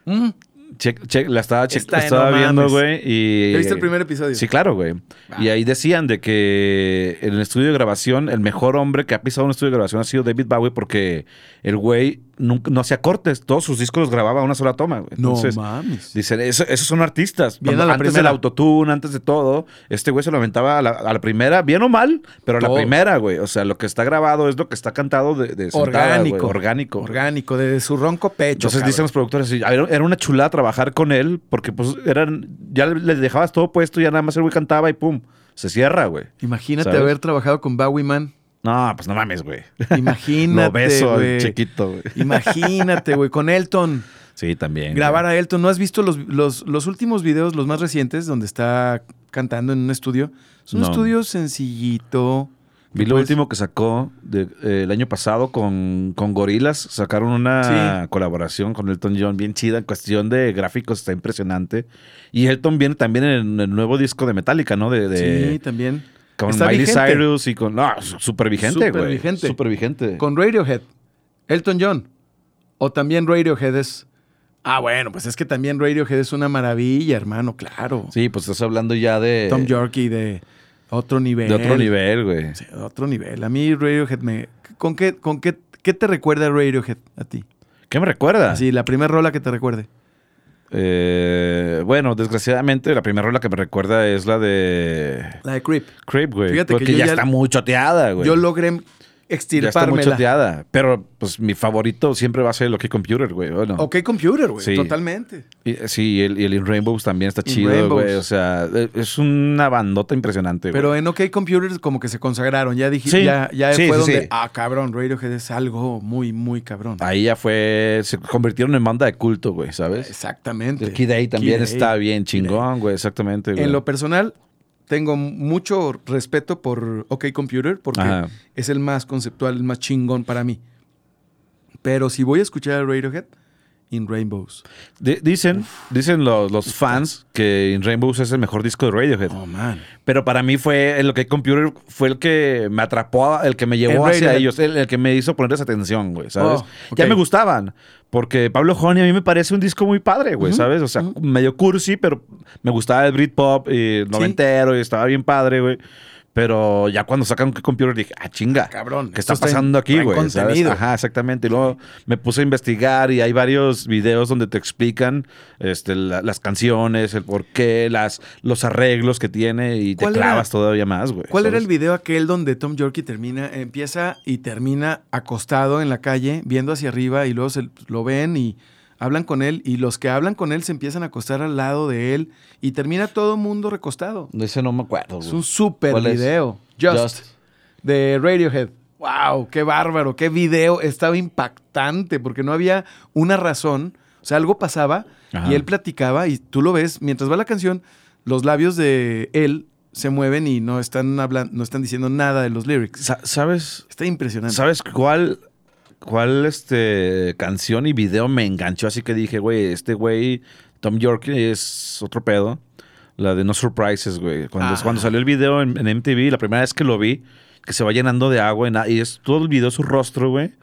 Speaker 2: Mm.
Speaker 3: Che- che- la estaba, che-
Speaker 2: Está
Speaker 3: la estaba
Speaker 2: en- no
Speaker 3: viendo,
Speaker 2: mames.
Speaker 3: güey. Y,
Speaker 2: ¿Ya viste el primer episodio? Ah.
Speaker 3: Sí, claro, güey. Y ahí decían de que en el estudio de grabación, el mejor hombre que ha pisado un estudio de grabación ha sido David Bowie porque el güey nunca, no hacía cortes. Todos sus discos los grababa a una sola toma, güey.
Speaker 2: No
Speaker 3: Entonces,
Speaker 2: mames.
Speaker 3: Dicen, eso- esos son artistas.
Speaker 2: Bien
Speaker 3: Cuando-
Speaker 2: a la
Speaker 3: antes del
Speaker 2: primera.
Speaker 3: autotune, antes de todo, este güey se lo aventaba a la, a la primera, bien o mal, pero a la
Speaker 2: Todo.
Speaker 3: primera, güey. O sea, lo que está grabado es lo que está cantado de, de sentada, güey.
Speaker 2: orgánico.
Speaker 3: Orgánico.
Speaker 2: Orgánico, de su ronco pecho.
Speaker 3: Entonces
Speaker 2: cabrón.
Speaker 3: dicen los productores, sí, a ver, era una chulada trabajar con él, porque pues eran, ya le dejabas todo puesto, ya nada más el güey cantaba y pum, se cierra, güey.
Speaker 2: Imagínate
Speaker 3: ¿Sabes?
Speaker 2: haber trabajado con Bowie, man.
Speaker 3: No, pues no mames, güey.
Speaker 2: Imagínate,
Speaker 3: Lo beso al
Speaker 2: güey.
Speaker 3: chiquito, güey.
Speaker 2: Imagínate, güey, con Elton.
Speaker 3: Sí, también.
Speaker 2: Grabar a Elton. ¿No has visto los, los, los últimos videos, los más recientes, donde está cantando en un estudio? Es un
Speaker 3: No.
Speaker 2: estudio sencillito.
Speaker 3: Vi lo
Speaker 2: Pues,
Speaker 3: último que sacó de- eh, el año pasado con, con Gorilas. Sacaron una colaboración con Elton John bien chida. En cuestión de gráficos está impresionante. Y Elton viene también en el nuevo disco de Metallica, ¿no? De, de-
Speaker 2: sí, también.
Speaker 3: con
Speaker 2: Está
Speaker 3: Miley
Speaker 2: vigente.
Speaker 3: Cyrus y con... No, súper vigente,
Speaker 2: Súper
Speaker 3: güey.
Speaker 2: vigente.
Speaker 3: Súper vigente.
Speaker 2: Con Radiohead. Elton John. O también Radiohead es. Ah, bueno, pues es que también Radiohead es una maravilla, hermano, claro.
Speaker 3: Sí, pues estás hablando ya de...
Speaker 2: Tom Yorkie de otro nivel.
Speaker 3: De otro nivel, güey.
Speaker 2: Sí, de otro nivel. A mí Radiohead me... ¿Con qué, con qué, qué te recuerda Radiohead a ti?
Speaker 3: ¿Qué me recuerda?
Speaker 2: Así, la primera rola que te recuerde.
Speaker 3: Eh, bueno, desgraciadamente la primera rola que me recuerda es la de...
Speaker 2: La de Creep.
Speaker 3: Creep, güey.
Speaker 2: Fíjate que
Speaker 3: Porque
Speaker 2: yo
Speaker 3: ya,
Speaker 2: ya-
Speaker 3: está muy choteada, güey.
Speaker 2: Yo logré
Speaker 3: Ya está muy
Speaker 2: extirpármela.
Speaker 3: chateada. Pero, pues, mi favorito siempre va a ser el OK Computer, güey. ¿o no?
Speaker 2: Ok, computer, güey.
Speaker 3: Sí.
Speaker 2: Totalmente.
Speaker 3: Y- sí, y el, y el In Rainbows también está
Speaker 2: In
Speaker 3: chido,
Speaker 2: Rainbows.
Speaker 3: güey. O sea, eh, es una bandota impresionante, güey.
Speaker 2: Pero en OK Computers como que se consagraron. Ya dije,
Speaker 3: Sí.
Speaker 2: ya, ya
Speaker 3: Sí,
Speaker 2: fue
Speaker 3: sí,
Speaker 2: donde,
Speaker 3: sí.
Speaker 2: ah, cabrón, Radiohead es algo muy, muy cabrón.
Speaker 3: Ahí ya fue. Se convirtieron en banda de culto, güey, ¿sabes?
Speaker 2: Exactamente.
Speaker 3: El Kid A también
Speaker 2: Kid A.
Speaker 3: está bien chingón, güey. Exactamente, güey.
Speaker 2: En lo personal, tengo mucho respeto por OK Computer porque
Speaker 3: Ajá.
Speaker 2: es el más conceptual, el más chingón para mí. Pero si voy a escuchar a Radiohead, In Rainbows.
Speaker 3: Di- dicen dicen los, los fans que In Rainbows es el mejor disco de Radiohead.
Speaker 2: Oh, man.
Speaker 3: Pero para mí fue el OK Computer fue el que me atrapó, el que me llevó
Speaker 2: El
Speaker 3: hacia
Speaker 2: Radiohead.
Speaker 3: ellos, el, el que me hizo ponerles atención, güey, ¿sabes?
Speaker 2: Oh,
Speaker 3: Ya
Speaker 2: ok.
Speaker 3: me gustaban, porque Pablo Honey a mí me parece un disco muy padre, güey, ¿sabes? O sea, medio cursi, pero me gustaba el Britpop y el noventero y estaba bien padre, güey. Pero ya cuando sacan OK Computer dije, ah, chinga,
Speaker 2: Cabrón,
Speaker 3: ¿qué está
Speaker 2: esto está en-
Speaker 3: pasando aquí,
Speaker 2: traen
Speaker 3: güey? ¿sabes?
Speaker 2: contenido.
Speaker 3: Ajá, Ah, exactamente. Y luego me puse a investigar y hay varios videos donde te explican este, la- las canciones, el porqué, las, los arreglos que tiene y te
Speaker 2: ¿Cuál era-
Speaker 3: clavas todavía más, güey.
Speaker 2: ¿Cuál era el
Speaker 3: ¿sabes?
Speaker 2: video aquel donde Tom Yorkie termina, empieza y termina acostado en la calle, viendo hacia arriba y luego se lo ven y hablan con él y los que hablan con él se empiezan a acostar al lado de él y termina todo el mundo recostado?
Speaker 3: Ese no me acuerdo,
Speaker 2: Es
Speaker 3: güey.
Speaker 2: un super
Speaker 3: ¿Cuál es?
Speaker 2: video. Just, de Radiohead. ¡Wow! ¡Qué bárbaro! ¡Qué video! Estaba impactante porque no había una razón. O sea, algo pasaba
Speaker 3: Ajá.
Speaker 2: y él platicaba y tú lo ves. Mientras va la canción, los labios de él se mueven y no están, hablando, no están diciendo nada de los lyrics.
Speaker 3: Sa- ¿Sabes?
Speaker 2: Está impresionante.
Speaker 3: ¿Sabes cuál, cuál este, canción y video me enganchó? Así que dije, güey, este güey, Tom York es otro pedo. La de No Surprises, güey. Cuando,
Speaker 2: Ah.
Speaker 3: cuando salió el video en, en MTV, la primera vez que lo vi, que se va llenando de agua y, na- y es todo el video su rostro, güey.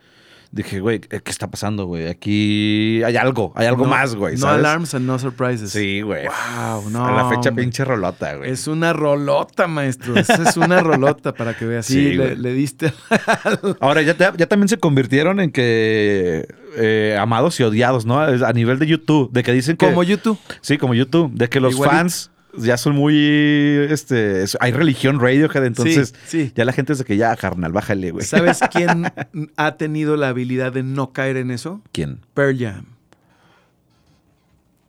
Speaker 3: Dije, güey, ¿qué qué está pasando, güey? Aquí hay algo, hay algo
Speaker 2: No-
Speaker 3: más, güey.
Speaker 2: No
Speaker 3: ¿sabes?
Speaker 2: alarms and no surprises.
Speaker 3: Sí, güey.
Speaker 2: Wow, no,
Speaker 3: A la fecha,
Speaker 2: hombre.
Speaker 3: pinche rolota, güey.
Speaker 2: Es una rolota, maestro. Esa es una rolota para que veas. Sí,
Speaker 3: Sí,
Speaker 2: le,
Speaker 3: güey.
Speaker 2: le diste.
Speaker 3: Ahora, ya, te- ya también se convirtieron en que eh, amados y odiados, ¿no? A nivel de YouTube, de que dicen que...
Speaker 2: Como YouTube.
Speaker 3: Sí, como YouTube, de que los
Speaker 2: Igualito.
Speaker 3: fans ya son muy... este es- Hay religión Radiohead, entonces
Speaker 2: sí.
Speaker 3: ya la gente es de que ya, carnal, bájale, güey.
Speaker 2: ¿Sabes quién ha tenido la habilidad de no caer en eso?
Speaker 3: ¿Quién?
Speaker 2: Pearl Jam.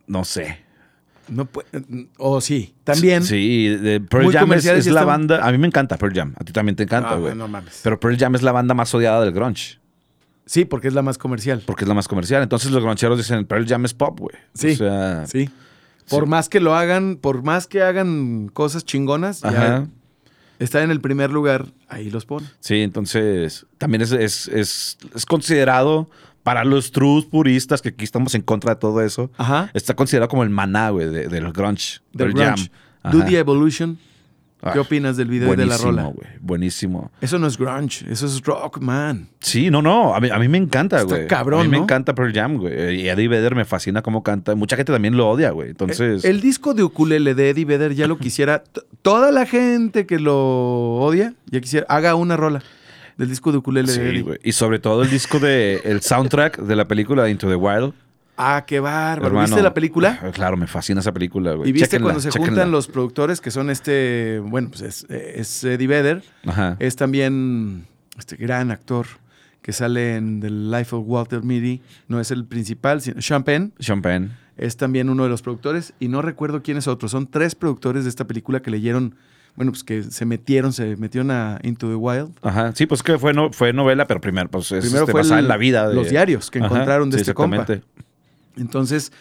Speaker 3: No sé.
Speaker 2: No puede- o sí, también.
Speaker 3: Sí, de Pearl
Speaker 2: Muy
Speaker 3: Jam es,
Speaker 2: comerciales
Speaker 3: es
Speaker 2: y
Speaker 3: la
Speaker 2: están-
Speaker 3: banda... A mí me encanta Pearl Jam, a ti también te encanta,
Speaker 2: Ah,
Speaker 3: güey.
Speaker 2: no mames.
Speaker 3: Pero Pearl Jam es la banda más odiada del grunge.
Speaker 2: Sí, porque es la más comercial.
Speaker 3: Porque es la más comercial. Entonces los groncheros dicen, Pearl Jam es pop, güey.
Speaker 2: Sí.
Speaker 3: O sea,
Speaker 2: sí. Por
Speaker 3: sí.
Speaker 2: más que lo hagan, por más que hagan cosas chingonas, ya
Speaker 3: Ajá.
Speaker 2: está en el primer lugar, ahí los pone.
Speaker 3: Sí, entonces también es, es, es- es considerado para los trus puristas, que aquí estamos en contra de todo eso,
Speaker 2: Ajá.
Speaker 3: está considerado como el maná, güey, de- del grunge,
Speaker 2: Del
Speaker 3: del jam.
Speaker 2: grunge.
Speaker 3: Ajá.
Speaker 2: Do the Evolution. ¿Qué
Speaker 3: Ah,
Speaker 2: opinas del video y de la
Speaker 3: Buenísimo,
Speaker 2: rola?
Speaker 3: güey, buenísimo.
Speaker 2: Eso no es grunge, eso es rock, man.
Speaker 3: Sí, no, no, a mí, a mí me encanta,
Speaker 2: Está
Speaker 3: güey.
Speaker 2: cabrón,
Speaker 3: A mí me
Speaker 2: ¿no?
Speaker 3: encanta Pearl Jam, güey. Y Eddie Vedder me fascina cómo canta. Mucha gente también lo odia, güey. Entonces,
Speaker 2: Eh, el, el disco de Ukulele de Eddie Vedder ya lo quisiera. t- Toda la gente que lo odia, ya quisiera. Haga una rola del disco de Ukulele
Speaker 3: sí,
Speaker 2: de Eddie.
Speaker 3: güey. Y sobre todo el disco de, el soundtrack de la película de Into the Wild.
Speaker 2: Ah, qué bárbaro.
Speaker 3: Hermano,
Speaker 2: ¿Viste la película?
Speaker 3: ah, Claro, me fascina esa película, güey.
Speaker 2: Y viste
Speaker 3: Chéquenla,
Speaker 2: cuando se
Speaker 3: chéquenla.
Speaker 2: juntan los productores, que son este, bueno, pues es, es Eddie Vedder,
Speaker 3: Ajá.
Speaker 2: es también este gran actor que sale en The Life of Walter Mitty, no es el principal, sino Sean Penn
Speaker 3: Champagne.
Speaker 2: es también uno de los productores, y no recuerdo quién es otro, son tres productores de esta película que leyeron, bueno, pues que se metieron, se metieron a Into the Wild.
Speaker 3: Ajá. Sí, pues que fue, no, fue novela, pero primero, pues es
Speaker 2: Primero
Speaker 3: este,
Speaker 2: fue
Speaker 3: basada
Speaker 2: el-
Speaker 3: en la vida. de-
Speaker 2: los diarios que encontraron de este compa.
Speaker 3: exactamente.
Speaker 2: Entonces,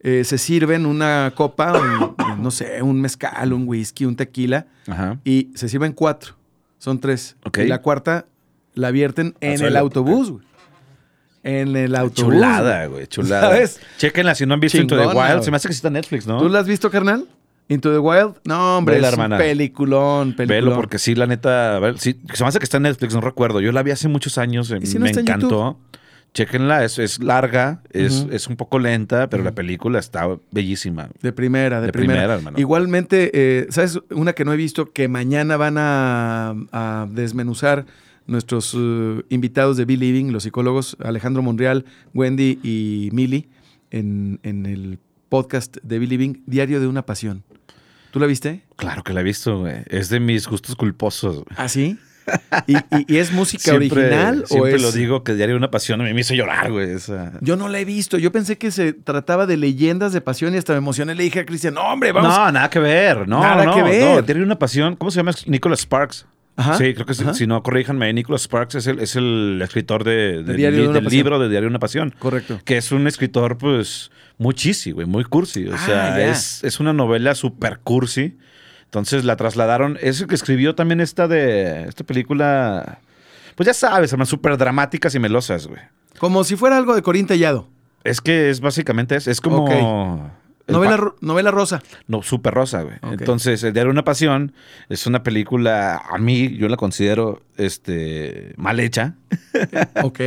Speaker 2: eh, se sirven una copa, un- no sé, un mezcal, un whisky, un tequila,
Speaker 3: Ajá.
Speaker 2: Y se sirven cuatro. Son tres.
Speaker 3: Ok.
Speaker 2: Y la cuarta la vierten en el
Speaker 3: suelo.
Speaker 2: autobús, güey. En el autobús.
Speaker 3: Chulada, güey, chulada.
Speaker 2: ¿Sabes?
Speaker 3: Chequenla si no han visto Into the
Speaker 2: Chingona,
Speaker 3: Wild.
Speaker 2: güey.
Speaker 3: Se me hace que sí está en Netflix, ¿no?
Speaker 2: ¿Tú la has visto, carnal? Into the Wild. No, hombre,
Speaker 3: Vela,
Speaker 2: es un
Speaker 3: hermana.
Speaker 2: peliculón, peliculón.
Speaker 3: Velo, porque sí, la neta. a ver, sí, se me hace que está en Netflix, no recuerdo. Yo la vi hace muchos años. eh,
Speaker 2: ¿Y si no
Speaker 3: me
Speaker 2: está en
Speaker 3: encantó. Chequenla, es, es larga, es,
Speaker 2: Ujú.
Speaker 3: es un poco lenta, pero la película está bellísima.
Speaker 2: De primera, de,
Speaker 3: De
Speaker 2: primera.
Speaker 3: primera, hermano.
Speaker 2: Igualmente, eh, ¿sabes? Una que no he visto, que mañana van a, a desmenuzar nuestros eh, invitados de Be Living, los psicólogos Alejandro Monreal, Wendy y Mili, en, en el podcast de Be Living, Diario de una Pasión. ¿Tú la viste?
Speaker 3: Claro que la he visto, güey. Es de mis gustos culposos.
Speaker 2: ¿Ah, sí? ¿Y, y- y es música original
Speaker 3: siempre
Speaker 2: o es.?
Speaker 3: lo digo que diario una pasión a mí me hizo llorar, güey. esa-
Speaker 2: Yo no la he visto. Yo pensé que se trataba de leyendas de pasión y hasta me emocioné. Le dije a Cristian, no, hombre, vamos.
Speaker 3: No, nada que ver. No,
Speaker 2: Nada
Speaker 3: no,
Speaker 2: que ver.
Speaker 3: no, tiene una pasión. ¿Cómo se llama? Nicholas Sparks.
Speaker 2: Ajá,
Speaker 3: Sí, creo que sí,
Speaker 2: ajá.
Speaker 3: si no, corríjanme. Nicholas Sparks es el, es el escritor de, del
Speaker 2: Diario de
Speaker 3: li-
Speaker 2: una
Speaker 3: del
Speaker 2: Pasión.
Speaker 3: libro de Diario de una Pasión.
Speaker 2: Correcto.
Speaker 3: Que es un escritor, pues, muy chisi, güey, muy cursi. O
Speaker 2: Ah,
Speaker 3: sea,
Speaker 2: ya.
Speaker 3: es, es una novela super cursi. Entonces la trasladaron. Es el que escribió también esta de. Esta película. Pues ya sabes, hermano, súper dramáticas y melosas, güey.
Speaker 2: Como si fuera algo de Corín Tellado.
Speaker 3: Es que es básicamente es, es como. el
Speaker 2: Novela,
Speaker 3: pa-
Speaker 2: ro- novela rosa.
Speaker 3: no, súper rosa, güey.
Speaker 2: Ok.
Speaker 3: Entonces, El Diario de una Pasión es una película, a mí, yo la considero este, mal hecha.
Speaker 2: Ok.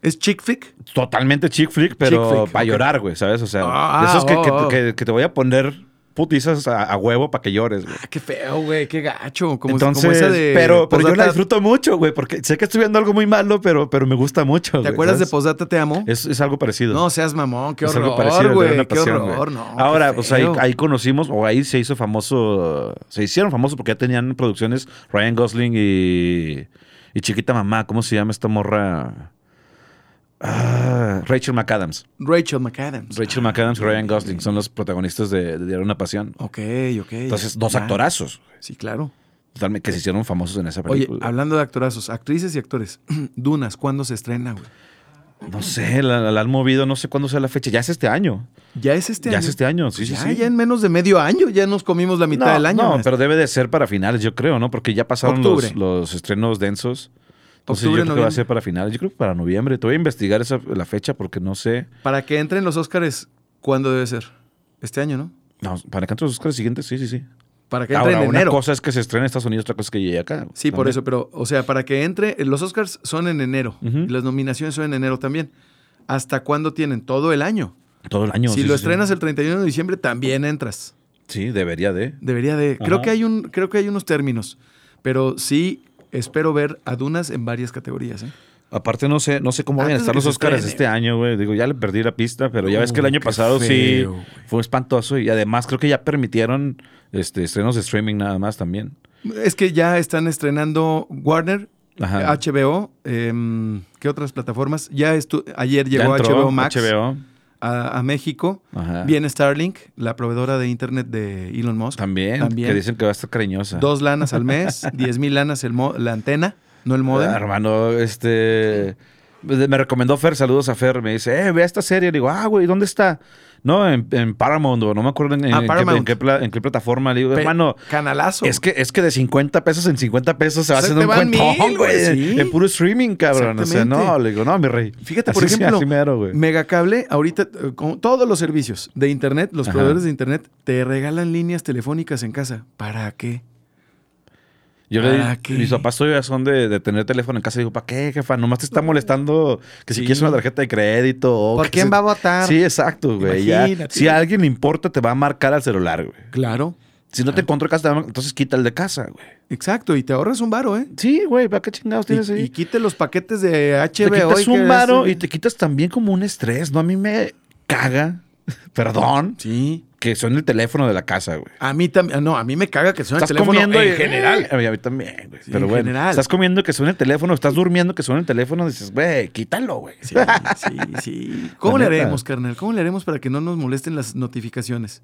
Speaker 2: ¿Es chick flick?
Speaker 3: Totalmente chick flick, pero
Speaker 2: Chick flick,
Speaker 3: para
Speaker 2: ok.
Speaker 3: llorar, güey, ¿sabes? O sea,
Speaker 2: Ah,
Speaker 3: de esos que,
Speaker 2: oh,
Speaker 3: que-
Speaker 2: oh.
Speaker 3: que- que te voy a poner putizas a, a huevo para que llores, güey.
Speaker 2: Ah, qué feo, güey. Qué gacho. Como,
Speaker 3: Entonces,
Speaker 2: como esa de.
Speaker 3: pero, pero yo la
Speaker 2: Posdata-
Speaker 3: disfruto mucho, güey, porque sé que estoy viendo algo muy malo, pero, pero me gusta mucho.
Speaker 2: ¿Te
Speaker 3: güey,
Speaker 2: acuerdas de
Speaker 3: ¿sabes?
Speaker 2: Posdata Te Amo?
Speaker 3: es, es algo parecido.
Speaker 2: No seas mamón. Qué
Speaker 3: Es algo
Speaker 2: horror,
Speaker 3: al de
Speaker 2: güey.
Speaker 3: una
Speaker 2: Qué
Speaker 3: pasión,
Speaker 2: horror,
Speaker 3: güey.
Speaker 2: no. qué
Speaker 3: Ahora, pues ahí,
Speaker 2: feo.
Speaker 3: ahí conocimos, o ahí se hizo famoso, se hicieron famosos porque ya tenían producciones Ryan Gosling y, y Chiquita Mamá, ¿cómo se llama esta morra? Ah, Rachel McAdams.
Speaker 2: Rachel McAdams.
Speaker 3: Rachel McAdams y Ryan Gosling son los protagonistas de, de Diario de una Pasión.
Speaker 2: Ok, ok.
Speaker 3: Entonces, dos
Speaker 2: Ya.
Speaker 3: actorazos
Speaker 2: Sí, claro.
Speaker 3: totalmente, que se hicieron famosos en esa
Speaker 2: Oye,
Speaker 3: película.
Speaker 2: hablando de actorazos, actrices y actores, Dunas, ¿cuándo se estrena, güey?
Speaker 3: no sé, la, la- la han movido, no sé cuándo sea la fecha, ya es este año.
Speaker 2: Ya es este año.
Speaker 3: Ya es este año, sí, sí,
Speaker 2: ya,
Speaker 3: sí.
Speaker 2: ya en menos de medio año, ya nos comimos la mitad
Speaker 3: no,
Speaker 2: del año.
Speaker 3: No,
Speaker 2: maestro.
Speaker 3: pero debe de ser para finales, yo creo, ¿no? Porque ya pasaron los,
Speaker 2: Octubre.
Speaker 3: los estrenos densos. Entonces
Speaker 2: Octubre,
Speaker 3: yo creo que va a
Speaker 2: noviembre.
Speaker 3: ser para finales. Yo creo que para noviembre. Te voy a investigar esa, la fecha porque no sé.
Speaker 2: Para que entren los Óscares, ¿cuándo debe ser? Este año, ¿no?
Speaker 3: No, para que entre los Oscars siguientes, sí, sí, sí.
Speaker 2: Para que entre
Speaker 3: Ahora,
Speaker 2: en
Speaker 3: una
Speaker 2: enero.
Speaker 3: cosa es que se estrene en Estados Unidos, otra cosa es que llegue acá.
Speaker 2: Sí, por
Speaker 3: También.
Speaker 2: eso, pero, o sea, para que entre, los Oscars son en enero,
Speaker 3: Ujú.
Speaker 2: y las nominaciones son en enero también. ¿Hasta cuándo tienen? Todo el año.
Speaker 3: Todo el año.
Speaker 2: si
Speaker 3: sí,
Speaker 2: lo
Speaker 3: sí,
Speaker 2: estrenas
Speaker 3: sí.
Speaker 2: el 31 de diciembre, también entras.
Speaker 3: Sí, debería de.
Speaker 2: Debería de. Creo
Speaker 3: Ajá.
Speaker 2: que hay un, creo que hay unos términos. Pero sí espero ver a Dunas en varias categorías. ¿eh?
Speaker 3: Aparte, no sé, no sé cómo van a
Speaker 2: Antes de
Speaker 3: estar
Speaker 2: que
Speaker 3: los
Speaker 2: se
Speaker 3: Oscars
Speaker 2: estrene.
Speaker 3: este año, güey. Digo, ya le perdí la pista, pero ya ves que el
Speaker 2: Uh,
Speaker 3: año
Speaker 2: qué
Speaker 3: pasado
Speaker 2: feo, güey.
Speaker 3: sí fue espantoso. Y además creo que ya permitieron este, estrenos de streaming nada más también.
Speaker 2: Es que ya están estrenando Warner, Ah,
Speaker 3: Ajá.
Speaker 2: HBO, em, ¿qué otras plataformas? Ya estu- ayer llegó
Speaker 3: Ya entró
Speaker 2: HBO Max
Speaker 3: HBO.
Speaker 2: A, a México.
Speaker 3: Ajá.
Speaker 2: Viene Starlink, la proveedora de internet de Elon Musk.
Speaker 3: También,
Speaker 2: También.
Speaker 3: que dicen que va a estar cariñosa.
Speaker 2: Dos lanas al mes, diez mil lanas el mo- la antena, no el modem.
Speaker 3: Ah, hermano, este. Me recomendó Fer, saludos a Fer. Me dice, eh, ve esta serie. Le digo, ah, güey, ¿dónde está? No, en, en Paramount, o no me acuerdo en, en
Speaker 2: Ah,
Speaker 3: qué-
Speaker 2: Paramount.
Speaker 3: en qué, pla- en qué plataforma. Le digo,
Speaker 2: Pe-
Speaker 3: hermano,
Speaker 2: canalazo.
Speaker 3: es que, es que de 50 pesos en 50 pesos se va
Speaker 2: Se
Speaker 3: haciendo
Speaker 2: te
Speaker 3: un
Speaker 2: van
Speaker 3: cuentón,
Speaker 2: mil,
Speaker 3: güey.
Speaker 2: güey, sí.
Speaker 3: En puro streaming, cabrón. O sea,
Speaker 2: Exactamente.
Speaker 3: no, le digo, no, mi rey.
Speaker 2: Fíjate, por
Speaker 3: Así sí,
Speaker 2: ejemplo,
Speaker 3: así mero, güey.
Speaker 2: Megacable, ahorita, eh, con todos los servicios de Internet, los
Speaker 3: Ajá.
Speaker 2: proveedores de Internet, te regalan líneas telefónicas en casa. ¿Para qué?
Speaker 3: Yo le
Speaker 2: ¿Para
Speaker 3: dije,
Speaker 2: qué?
Speaker 3: mis papás todavía son de, de tener teléfono en casa. Digo, ¿para qué, jefa? Nomás te está molestando que si
Speaker 2: Sí.
Speaker 3: quieres una tarjeta de crédito. o
Speaker 2: ¿Por
Speaker 3: que
Speaker 2: quién
Speaker 3: se-
Speaker 2: va a votar?
Speaker 3: Sí, exacto, güey. ya.
Speaker 2: Imagínate.
Speaker 3: Si a alguien le importa, te va a marcar al celular, güey.
Speaker 2: Claro.
Speaker 3: Si no te encuentro en casa, te va a mar- entonces quita el de casa, güey.
Speaker 2: Exacto, y te ahorras un varo, ¿eh?
Speaker 3: Sí, güey, ¿para qué chingados tienes
Speaker 2: Y,
Speaker 3: ahí?
Speaker 2: y quite los paquetes de HBO.
Speaker 3: te quitas
Speaker 2: y que
Speaker 3: un varo
Speaker 2: hace-
Speaker 3: y te quitas también como un estrés, ¿no? A mí me caga, perdón,
Speaker 2: Sí.
Speaker 3: que suene el teléfono de la casa, güey.
Speaker 2: A mí también. No, a mí me caga que suene el
Speaker 3: Estás
Speaker 2: teléfono
Speaker 3: comiendo
Speaker 2: en
Speaker 3: y-
Speaker 2: general.
Speaker 3: Ay, A mí también, güey.
Speaker 2: Sí,
Speaker 3: Pero
Speaker 2: en
Speaker 3: bueno,
Speaker 2: general.
Speaker 3: estás comiendo que suena el teléfono, estás durmiendo que suena el teléfono, dices, güey, quítalo, güey.
Speaker 2: Sí, sí, sí. ¿Cómo
Speaker 3: La
Speaker 2: le
Speaker 3: neta.
Speaker 2: haremos, carnal? ¿Cómo le haremos para que no nos molesten las notificaciones?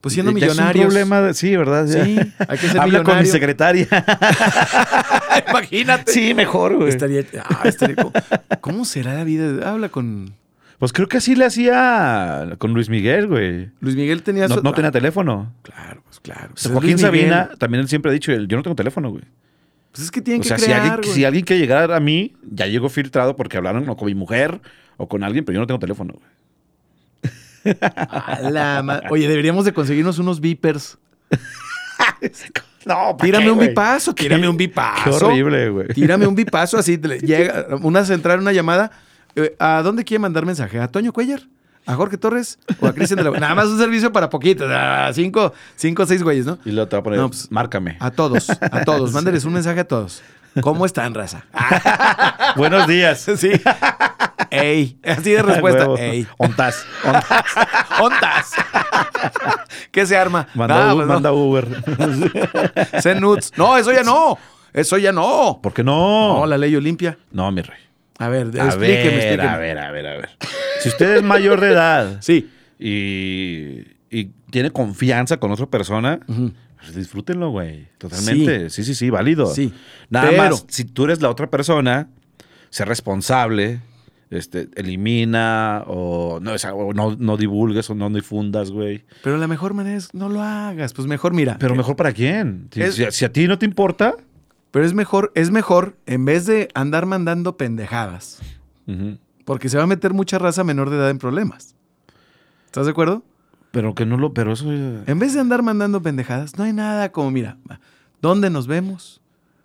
Speaker 2: Pues siendo
Speaker 3: Ya
Speaker 2: millonarios.
Speaker 3: Es un problema, de- sí, ¿verdad? Ya.
Speaker 2: Sí, hay que ser
Speaker 3: Habla con mi
Speaker 2: millonario.
Speaker 3: secretaria.
Speaker 2: Imagínate.
Speaker 3: sí, mejor, güey.
Speaker 2: Estaría, ah, estaría como- ¿Cómo será la vida? de- Habla con
Speaker 3: Pues creo que así le hacía con Luis Miguel, güey.
Speaker 2: Luis Miguel tenía
Speaker 3: No,
Speaker 2: su-
Speaker 3: no tenía
Speaker 2: Ah,
Speaker 3: teléfono.
Speaker 2: claro, pues claro.
Speaker 3: O sea,
Speaker 2: Pues
Speaker 3: Joaquín
Speaker 2: es Luis Miguel.
Speaker 3: Sabina también él siempre ha dicho, él, yo no tengo teléfono, güey.
Speaker 2: Pues es que tienen
Speaker 3: O sea,
Speaker 2: que
Speaker 3: si,
Speaker 2: crear.
Speaker 3: alguien,
Speaker 2: güey.
Speaker 3: si alguien quiere llegar a mí, ya llegó filtrado porque hablaron o con mi mujer o con alguien, pero yo no tengo teléfono, güey.
Speaker 2: A la ma- Oye, deberíamos de conseguirnos unos beepers.
Speaker 3: No, ¿pa'
Speaker 2: Tírame
Speaker 3: qué,
Speaker 2: un
Speaker 3: güey?
Speaker 2: bipazo, tírame
Speaker 3: Qué-
Speaker 2: un bipazo.
Speaker 3: Qué horrible, güey.
Speaker 2: Tírame un bipazo así. te le- llega una central, una llamada. eh, ¿A dónde quiere mandar mensaje? ¿A Toño Cuellar? ¿A Jorge Torres? ¿O a Cristian de la Nada más un servicio para poquitos. ah, cinco, cinco o seis güeyes, ¿no?
Speaker 3: Y luego te va a poner,
Speaker 2: No, pues,
Speaker 3: márcame.
Speaker 2: A todos, a todos. Mándeles un mensaje a todos. ¿Cómo están, raza? Ah,
Speaker 3: Buenos días.
Speaker 2: Sí. Ey. Así de respuesta.
Speaker 3: Huevo.
Speaker 2: Ey.
Speaker 3: Ontas. ontas.
Speaker 2: ¿Ontas? ¿Qué se arma?
Speaker 3: Manda,
Speaker 2: No,
Speaker 3: U-
Speaker 2: pues no.
Speaker 3: manda Uber.
Speaker 2: Send nudes. No, eso ya no. Eso ya no.
Speaker 3: ¿Por qué no?
Speaker 2: No, la ley Olimpia.
Speaker 3: No, mi rey.
Speaker 2: A ver,
Speaker 3: A
Speaker 2: explíqueme,
Speaker 3: ver,
Speaker 2: explíqueme.
Speaker 3: a ver, a ver, a ver. Si usted es mayor de edad
Speaker 2: Sí.
Speaker 3: y, y tiene confianza con otra persona, pues disfrútenlo, güey. Totalmente. Sí. sí, sí, válido.
Speaker 2: Sí.
Speaker 3: Nada
Speaker 2: Pero-
Speaker 3: más, si tú eres la otra persona, sé responsable, este, elimina o no, o sea, o no, no divulgues o no difundas, güey.
Speaker 2: Pero la mejor manera es no lo hagas. Pues mejor, mira.
Speaker 3: Pero mejor para quién. Si,
Speaker 2: Es-
Speaker 3: si a- si a ti no te importa,
Speaker 2: Pero es mejor, es mejor, en vez de andar mandando pendejadas,
Speaker 3: ujú.
Speaker 2: porque se va a meter mucha raza menor de edad en problemas. ¿Estás de acuerdo?
Speaker 3: pero que no lo, pero eso. ya-
Speaker 2: En vez de andar mandando pendejadas, no hay nada como, mira, ¿dónde nos vemos?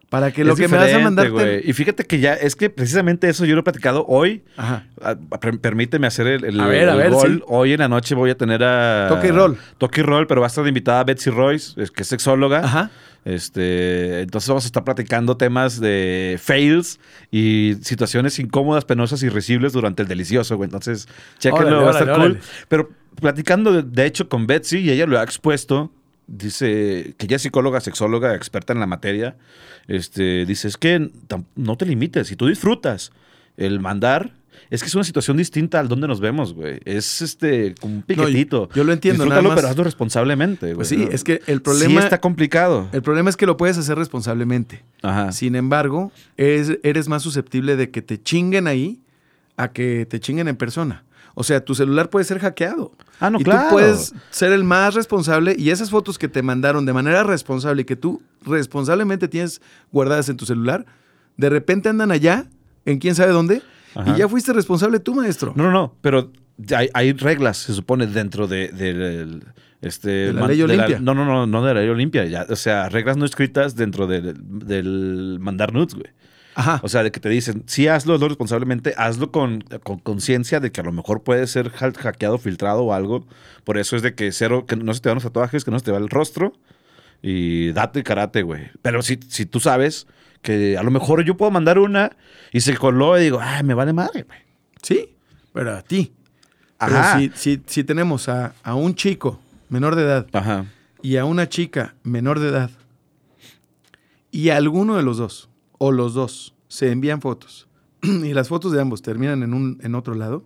Speaker 2: Para que lo
Speaker 3: Es
Speaker 2: que me vas a
Speaker 3: diferente,
Speaker 2: mandar... te-
Speaker 3: güey. Y fíjate que ya, es que precisamente eso yo lo he platicado hoy.
Speaker 2: Ajá.
Speaker 3: Ah, per- Permíteme hacer el, el-
Speaker 2: A ver, a
Speaker 3: el
Speaker 2: ver,
Speaker 3: gol.
Speaker 2: sí.
Speaker 3: Hoy en la noche voy a tener a.
Speaker 2: Toque y rol.
Speaker 3: Toque y rol, pero va a estar de invitada Betsy Royce, es- que es sexóloga.
Speaker 2: Ajá.
Speaker 3: Este, entonces vamos a estar platicando temas de fails y situaciones incómodas, penosas, irrisibles durante el delicioso, güey. Entonces, chéquenlo,
Speaker 2: Órale,
Speaker 3: va a estar
Speaker 2: órale,
Speaker 3: cool.
Speaker 2: órale.
Speaker 3: Pero platicando, de, de hecho, con Betsy, y ella lo ha expuesto, dice que ella es psicóloga, sexóloga, experta en la materia. Este, dice, es que tam- no te limites, si tú disfrutas el mandar... Es que es una situación distinta al donde nos vemos, güey. Es este como un
Speaker 2: No,
Speaker 3: piquetito.
Speaker 2: yo- yo lo entiendo, nada
Speaker 3: Disfrútalo,
Speaker 2: más.
Speaker 3: pero hazlo responsablemente, güey.
Speaker 2: Pues sí, es que el
Speaker 3: Sí
Speaker 2: problema...
Speaker 3: está complicado.
Speaker 2: El problema es que lo puedes hacer responsablemente.
Speaker 3: Ajá.
Speaker 2: Sin embargo, es- eres más susceptible de que te chinguen ahí a que te chinguen en persona. O sea, tu celular puede ser hackeado.
Speaker 3: Ah, no,
Speaker 2: y
Speaker 3: claro.
Speaker 2: tú puedes ser el más responsable y esas fotos que te mandaron de manera responsable y que tú responsablemente tienes guardadas en tu celular, de repente andan allá, en quién sabe dónde,
Speaker 3: Ajá.
Speaker 2: y ya fuiste responsable tú, maestro.
Speaker 3: No, no, no, pero hay, hay reglas, se supone, dentro de, del- este,
Speaker 2: De la
Speaker 3: man-
Speaker 2: ley Olimpia.
Speaker 3: no, no, no, no de la ley Olimpia. ya, o sea, reglas no escritas dentro del- del mandar nudes, güey.
Speaker 2: Ajá.
Speaker 3: O sea, de que te dicen, sí, hazlo, hazlo responsablemente, hazlo con con conciencia de que a lo mejor puede ser ha- hackeado, filtrado o algo. Por eso es de que cero, que no se te van los tatuajes, que no se te va el rostro y date karate, güey. Pero si, si tú sabes que a lo mejor yo puedo mandar una y se coló y digo, ay, me vale madre, güey.
Speaker 2: sí, pero a ti. Pero
Speaker 3: Ajá.
Speaker 2: si, si- si tenemos a, a un chico menor de edad
Speaker 3: Ajá.
Speaker 2: y a una chica menor de edad y alguno de los dos o los dos se envían fotos y las fotos de ambos terminan en un en otro lado,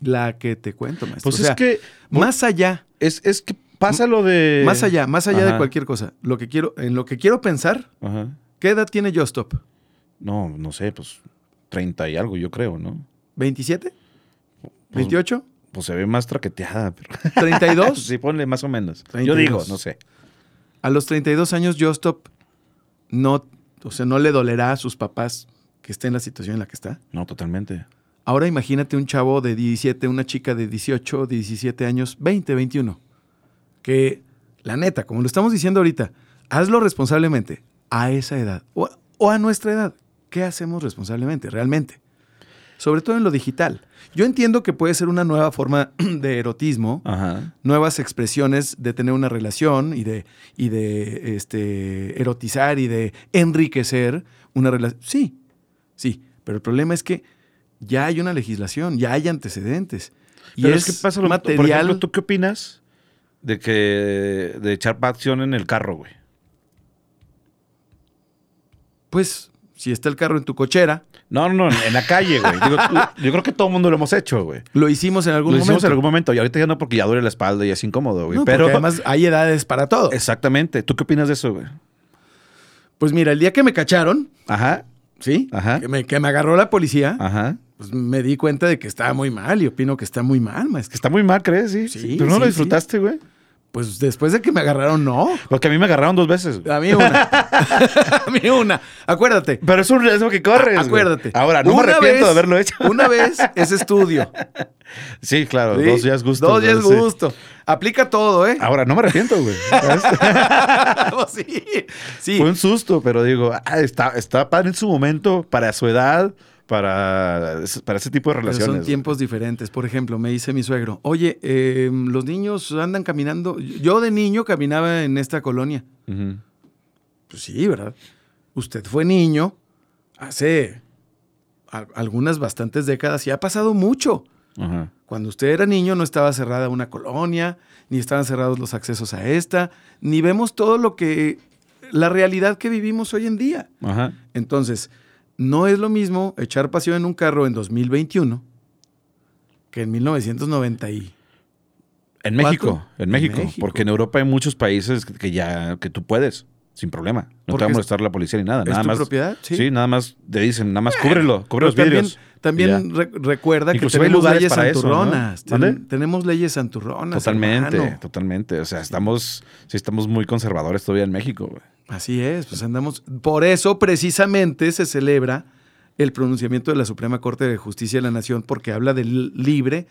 Speaker 2: la que te cuento, maestro.
Speaker 3: Pues
Speaker 2: O
Speaker 3: es
Speaker 2: sea,
Speaker 3: que
Speaker 2: más allá,
Speaker 3: es, es que pasa lo de.
Speaker 2: más allá, más allá
Speaker 3: Eh, Ajá.
Speaker 2: de cualquier cosa, lo que quiero en lo que quiero pensar,
Speaker 3: Ajá.
Speaker 2: ¿qué edad tiene Justop?
Speaker 3: No, no sé, pues 30 y algo, yo creo, ¿no?
Speaker 2: ¿27? ¿28?
Speaker 3: Pues se ve más traqueteada, pero.
Speaker 2: ¿32?
Speaker 3: Sí, ponle más o menos. Yo
Speaker 2: 32.
Speaker 3: digo, no sé.
Speaker 2: A los 32 años, Justop no, o sea, no le dolerá a sus papás que esté en la situación en la que está.
Speaker 3: No, totalmente.
Speaker 2: Ahora imagínate un chavo de 17, una chica de 18, 17 años, 20, 21. Que, la neta, como lo estamos diciendo ahorita, hazlo responsablemente a esa edad o, o a nuestra edad. ¿Qué hacemos responsablemente, realmente? Sobre todo en lo digital. Yo entiendo que puede ser una nueva forma de erotismo,
Speaker 3: Ajá.
Speaker 2: nuevas expresiones de tener una relación y de, y de este, erotizar y de enriquecer una relación. Sí, sí, pero el problema es que ya hay una legislación, ya hay antecedentes. Y
Speaker 3: Pero
Speaker 2: es,
Speaker 3: que pasa lo
Speaker 2: material.
Speaker 3: Por ejemplo, ¿tú qué opinas de que. de echar pasión en el carro, güey?
Speaker 2: Pues, si está el carro en tu cochera,
Speaker 3: No, no, no, en la calle, güey. Digo, tú- yo creo que todo el mundo lo hemos hecho, güey.
Speaker 2: lo hicimos en
Speaker 3: Lo
Speaker 2: algún
Speaker 3: hicimos
Speaker 2: momento.
Speaker 3: en algún momento y ahorita ya no porque ya duele la espalda y es incómodo, güey.
Speaker 2: No, porque
Speaker 3: pero
Speaker 2: además hay edades para todo.
Speaker 3: Exactamente. ¿Tú qué opinas de eso, güey?
Speaker 2: Pues mira, el día que me cacharon,
Speaker 3: Ajá,
Speaker 2: ¿sí?
Speaker 3: Ajá. Ah.
Speaker 2: Que, me, que me agarró la policía,
Speaker 3: ajá.
Speaker 2: pues me di cuenta de que estaba muy mal y opino que está muy mal,
Speaker 3: Que
Speaker 2: maestro.
Speaker 3: está muy mal, ¿crees? Sí.
Speaker 2: Sí,
Speaker 3: sí Pero no
Speaker 2: sí,
Speaker 3: lo
Speaker 2: sí.
Speaker 3: disfrutaste, güey.
Speaker 2: Pues después de que me agarraron, no.
Speaker 3: Porque a mí me agarraron dos veces. güey.
Speaker 2: A mí una. a mí una. Acuérdate.
Speaker 3: Pero es un riesgo que corres. güey.
Speaker 2: Acuérdate.
Speaker 3: Ahora, no me
Speaker 2: Una
Speaker 3: arrepiento
Speaker 2: vez-
Speaker 3: de haberlo hecho.
Speaker 2: Una vez es estudio.
Speaker 3: Sí, claro.
Speaker 2: ¿sí?
Speaker 3: Dos días gusto.
Speaker 2: Dos días
Speaker 3: güey, sí. Ah.
Speaker 2: gusto. Aplica todo, ¿eh?
Speaker 3: Ahora, no me arrepiento, güey.
Speaker 2: Pues sí. Sí.
Speaker 3: Fue un susto, pero digo, ah, está, está padre en su momento, para su edad, para, para ese tipo de
Speaker 2: Pero
Speaker 3: relaciones.
Speaker 2: son tiempos diferentes. Por ejemplo, me dice mi suegro, oye, eh, los niños andan caminando. Yo de niño caminaba en esta colonia.
Speaker 3: Ujú.
Speaker 2: Pues sí, ¿verdad? Usted fue niño hace a- algunas bastantes décadas y ha pasado mucho.
Speaker 3: Ajá.
Speaker 2: Cuando usted era niño no estaba cerrada una colonia, ni estaban cerrados los accesos a esta, ni vemos todo lo que la realidad que vivimos hoy en día.
Speaker 3: Ajá.
Speaker 2: Entonces, no es lo mismo echar pasión en un carro en 2021 que en 1990. y-
Speaker 3: En México,
Speaker 2: ¿Cuatro?
Speaker 3: en México,
Speaker 2: En México.
Speaker 3: porque en Europa hay muchos países que- que ya que tú puedes sin problema. No te
Speaker 2: Porque
Speaker 3: va a
Speaker 2: es-
Speaker 3: molestar la policía ni nada,
Speaker 2: es
Speaker 3: nada
Speaker 2: tu
Speaker 3: más.
Speaker 2: propiedad, sí.
Speaker 3: nada más te dicen, nada más cúbrelo,
Speaker 2: Pero
Speaker 3: cubre los vidrios.
Speaker 2: También,
Speaker 3: Y
Speaker 2: también
Speaker 3: ya.
Speaker 2: re- recuerda que
Speaker 3: Inclusive hay
Speaker 2: tenemos
Speaker 3: lugares
Speaker 2: leyes
Speaker 3: para eso, ¿no?
Speaker 2: santurronas. Ten-
Speaker 3: ¿Vale?
Speaker 2: Tenemos leyes santurronas.
Speaker 3: totalmente,
Speaker 2: hermano.
Speaker 3: totalmente, o sea, estamos sí estamos muy conservadores todavía en México, güey.
Speaker 2: Así es, pues andamos. Por eso precisamente se celebra el pronunciamiento de la Suprema Corte de Justicia de la Nación, porque habla del libre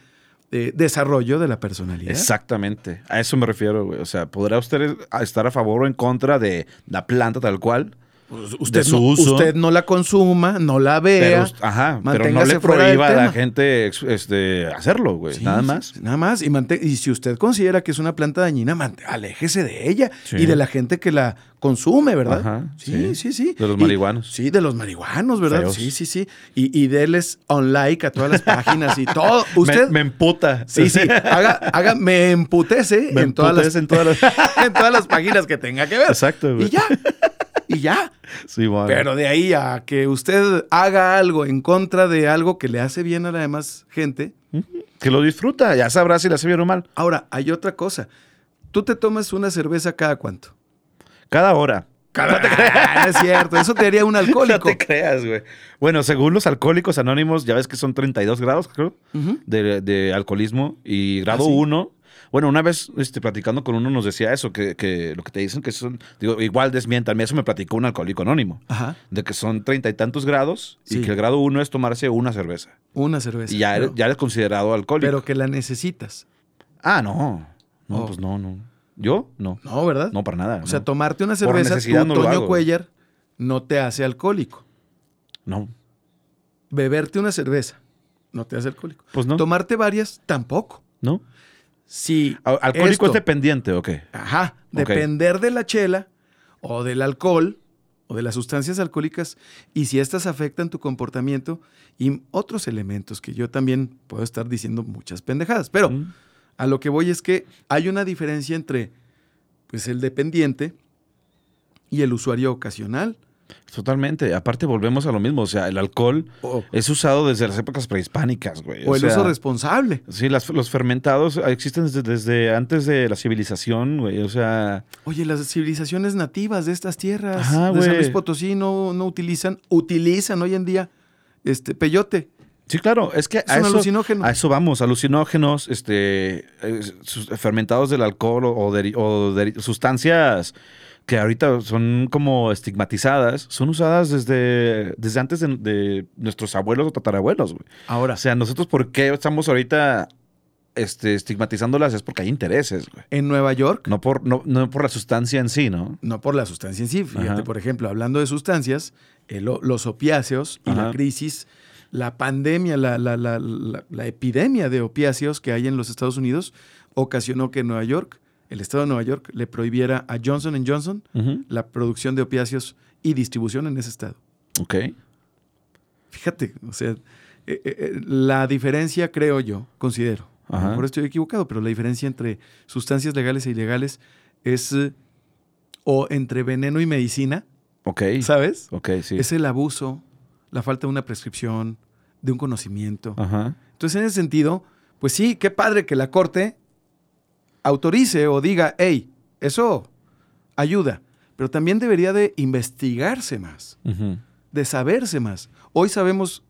Speaker 2: eh, desarrollo de la personalidad.
Speaker 3: Exactamente. A eso me refiero, güey. O sea, ¿podrá usted estar a favor o en contra de la planta tal cual?
Speaker 2: Pues Usted,
Speaker 3: de su
Speaker 2: no,
Speaker 3: uso.
Speaker 2: usted no la consuma, no la
Speaker 3: Pero,
Speaker 2: vea.
Speaker 3: ajá, pero no
Speaker 2: manténgase
Speaker 3: le
Speaker 2: fuera del
Speaker 3: prohíba a la
Speaker 2: tema.
Speaker 3: gente ex- este, hacerlo, güey.
Speaker 2: Sí,
Speaker 3: nada
Speaker 2: sí,
Speaker 3: más.
Speaker 2: Nada más. Y, mante- y si usted considera que es una planta dañina, mante- aléjese de ella
Speaker 3: Sí.
Speaker 2: y de la gente que la consume, ¿verdad?
Speaker 3: Ajá,
Speaker 2: sí,
Speaker 3: sí.
Speaker 2: sí, sí.
Speaker 3: De los
Speaker 2: Y-
Speaker 3: marihuanos.
Speaker 2: sí, de los marihuanos, ¿verdad?
Speaker 3: Feos.
Speaker 2: Sí, sí, sí. Y, y deles on like a todas las páginas y todo. Usted.
Speaker 3: me, me emputa.
Speaker 2: Sí, sí. Haga, haga, me emputece,
Speaker 3: Me
Speaker 2: en, todas las,
Speaker 3: emputece en todas las-
Speaker 2: en todas las páginas que tenga que ver.
Speaker 3: Exacto, güey.
Speaker 2: Y ya. Y ya.
Speaker 3: Sí, bueno.
Speaker 2: Pero de ahí a que usted haga algo en contra de algo que le hace bien a la demás gente.
Speaker 3: Que lo disfruta, ya sabrá si la hace bien o mal.
Speaker 2: Ahora, hay otra cosa. Tú te tomas una cerveza cada cuánto.
Speaker 3: Cada hora.
Speaker 2: Cada no, te creas, no es cierto. Eso te haría un alcohólico.
Speaker 3: No te creas, güey. Bueno, según los alcohólicos anónimos, ya ves que son 32 grados, creo, de, de alcoholismo y grado
Speaker 2: Ah, sí.
Speaker 3: 1. Bueno, una vez este, platicando con uno nos decía eso, que, que lo que te dicen que son, digo, igual desmientanme, eso me platicó un alcohólico anónimo,
Speaker 2: Ajá.
Speaker 3: de que son treinta y tantos grados
Speaker 2: Sí.
Speaker 3: y que el grado 1 es tomarse una cerveza.
Speaker 2: Una cerveza.
Speaker 3: Y ya, eres-
Speaker 2: pero,
Speaker 3: ya eres considerado alcohólico.
Speaker 2: pero que la necesitas.
Speaker 3: ah, no. No,
Speaker 2: Oh.
Speaker 3: pues no, no. ¿Yo? No. No,
Speaker 2: No, ¿verdad?
Speaker 3: para nada.
Speaker 2: O sea,
Speaker 3: no.
Speaker 2: tomarte una
Speaker 3: Por
Speaker 2: cerveza, tu
Speaker 3: necesidad no lo
Speaker 2: Toño
Speaker 3: hago.
Speaker 2: Cuellar, no te hace alcohólico.
Speaker 3: No.
Speaker 2: Beberte una cerveza no te hace alcohólico.
Speaker 3: Pues no.
Speaker 2: Tomarte varias tampoco.
Speaker 3: ¿No?
Speaker 2: Si
Speaker 3: Al- ¿Alcohólico es
Speaker 2: esto-
Speaker 3: dependiente o qué?
Speaker 2: Ajá,
Speaker 3: Ok.
Speaker 2: depender de la chela o del alcohol o de las sustancias alcohólicas y si estas afectan tu comportamiento y otros elementos que yo también puedo estar diciendo muchas pendejadas, pero
Speaker 3: Mm.
Speaker 2: a lo que voy es que hay una diferencia entre pues el dependiente y el usuario ocasional.
Speaker 3: Totalmente. Aparte, volvemos a lo mismo. O sea, el alcohol
Speaker 2: O-
Speaker 3: es usado desde las épocas prehispánicas, güey.
Speaker 2: O el
Speaker 3: eh, sea,
Speaker 2: uso responsable.
Speaker 3: Sí, las- los fermentados ah, existen desde, desde antes de la civilización, güey. O sea,
Speaker 2: Oye, las civilizaciones nativas de estas tierras
Speaker 3: Ajá,
Speaker 2: de San
Speaker 3: güey.
Speaker 2: Luis Potosí no, no utilizan, utilizan hoy en día este peyote.
Speaker 3: sí, claro, es que a,
Speaker 2: un
Speaker 3: eso,
Speaker 2: alucinógeno.
Speaker 3: a eso vamos, alucinógenos, este, eh, sus- fermentados del alcohol o, o deri- o deri- sustancias que ahorita son como estigmatizadas, son usadas desde, desde antes de, de nuestros abuelos o tatarabuelos, güey.
Speaker 2: Ahora,
Speaker 3: O sea, nosotros por qué estamos ahorita este, estigmatizándolas es porque hay intereses, güey.
Speaker 2: en Nueva York
Speaker 3: No por, no, no por la sustancia en sí, ¿no?
Speaker 2: No por la sustancia en sí. Fíjate,
Speaker 3: Ajá.
Speaker 2: por ejemplo, hablando de sustancias, el o- los opiáceos y la
Speaker 3: Ajá.
Speaker 2: crisis, la pandemia, la, la- la- la- la epidemia de opiáceos que hay en los Estados Unidos ocasionó que Nueva York, el estado de Nueva York, le prohibiera a Johnson Johnson
Speaker 3: Ujú.
Speaker 2: la producción de opiáceos y distribución en ese estado.
Speaker 3: Ok.
Speaker 2: Fíjate, o sea, eh, eh, eh, la diferencia, creo yo, considero, a lo
Speaker 3: Ajá.
Speaker 2: mejor estoy equivocado, pero la diferencia entre sustancias legales e ilegales es, eh, o entre veneno y medicina,
Speaker 3: Ok.
Speaker 2: ¿sabes?
Speaker 3: Ok, sí.
Speaker 2: Es el abuso, la falta de una prescripción, de un conocimiento.
Speaker 3: Ajá.
Speaker 2: Entonces, en ese sentido, pues sí, qué padre que la corte autorice o diga, hey, eso ayuda, pero también debería de investigarse más
Speaker 3: Ujú.
Speaker 2: de saberse más. Hoy sabemos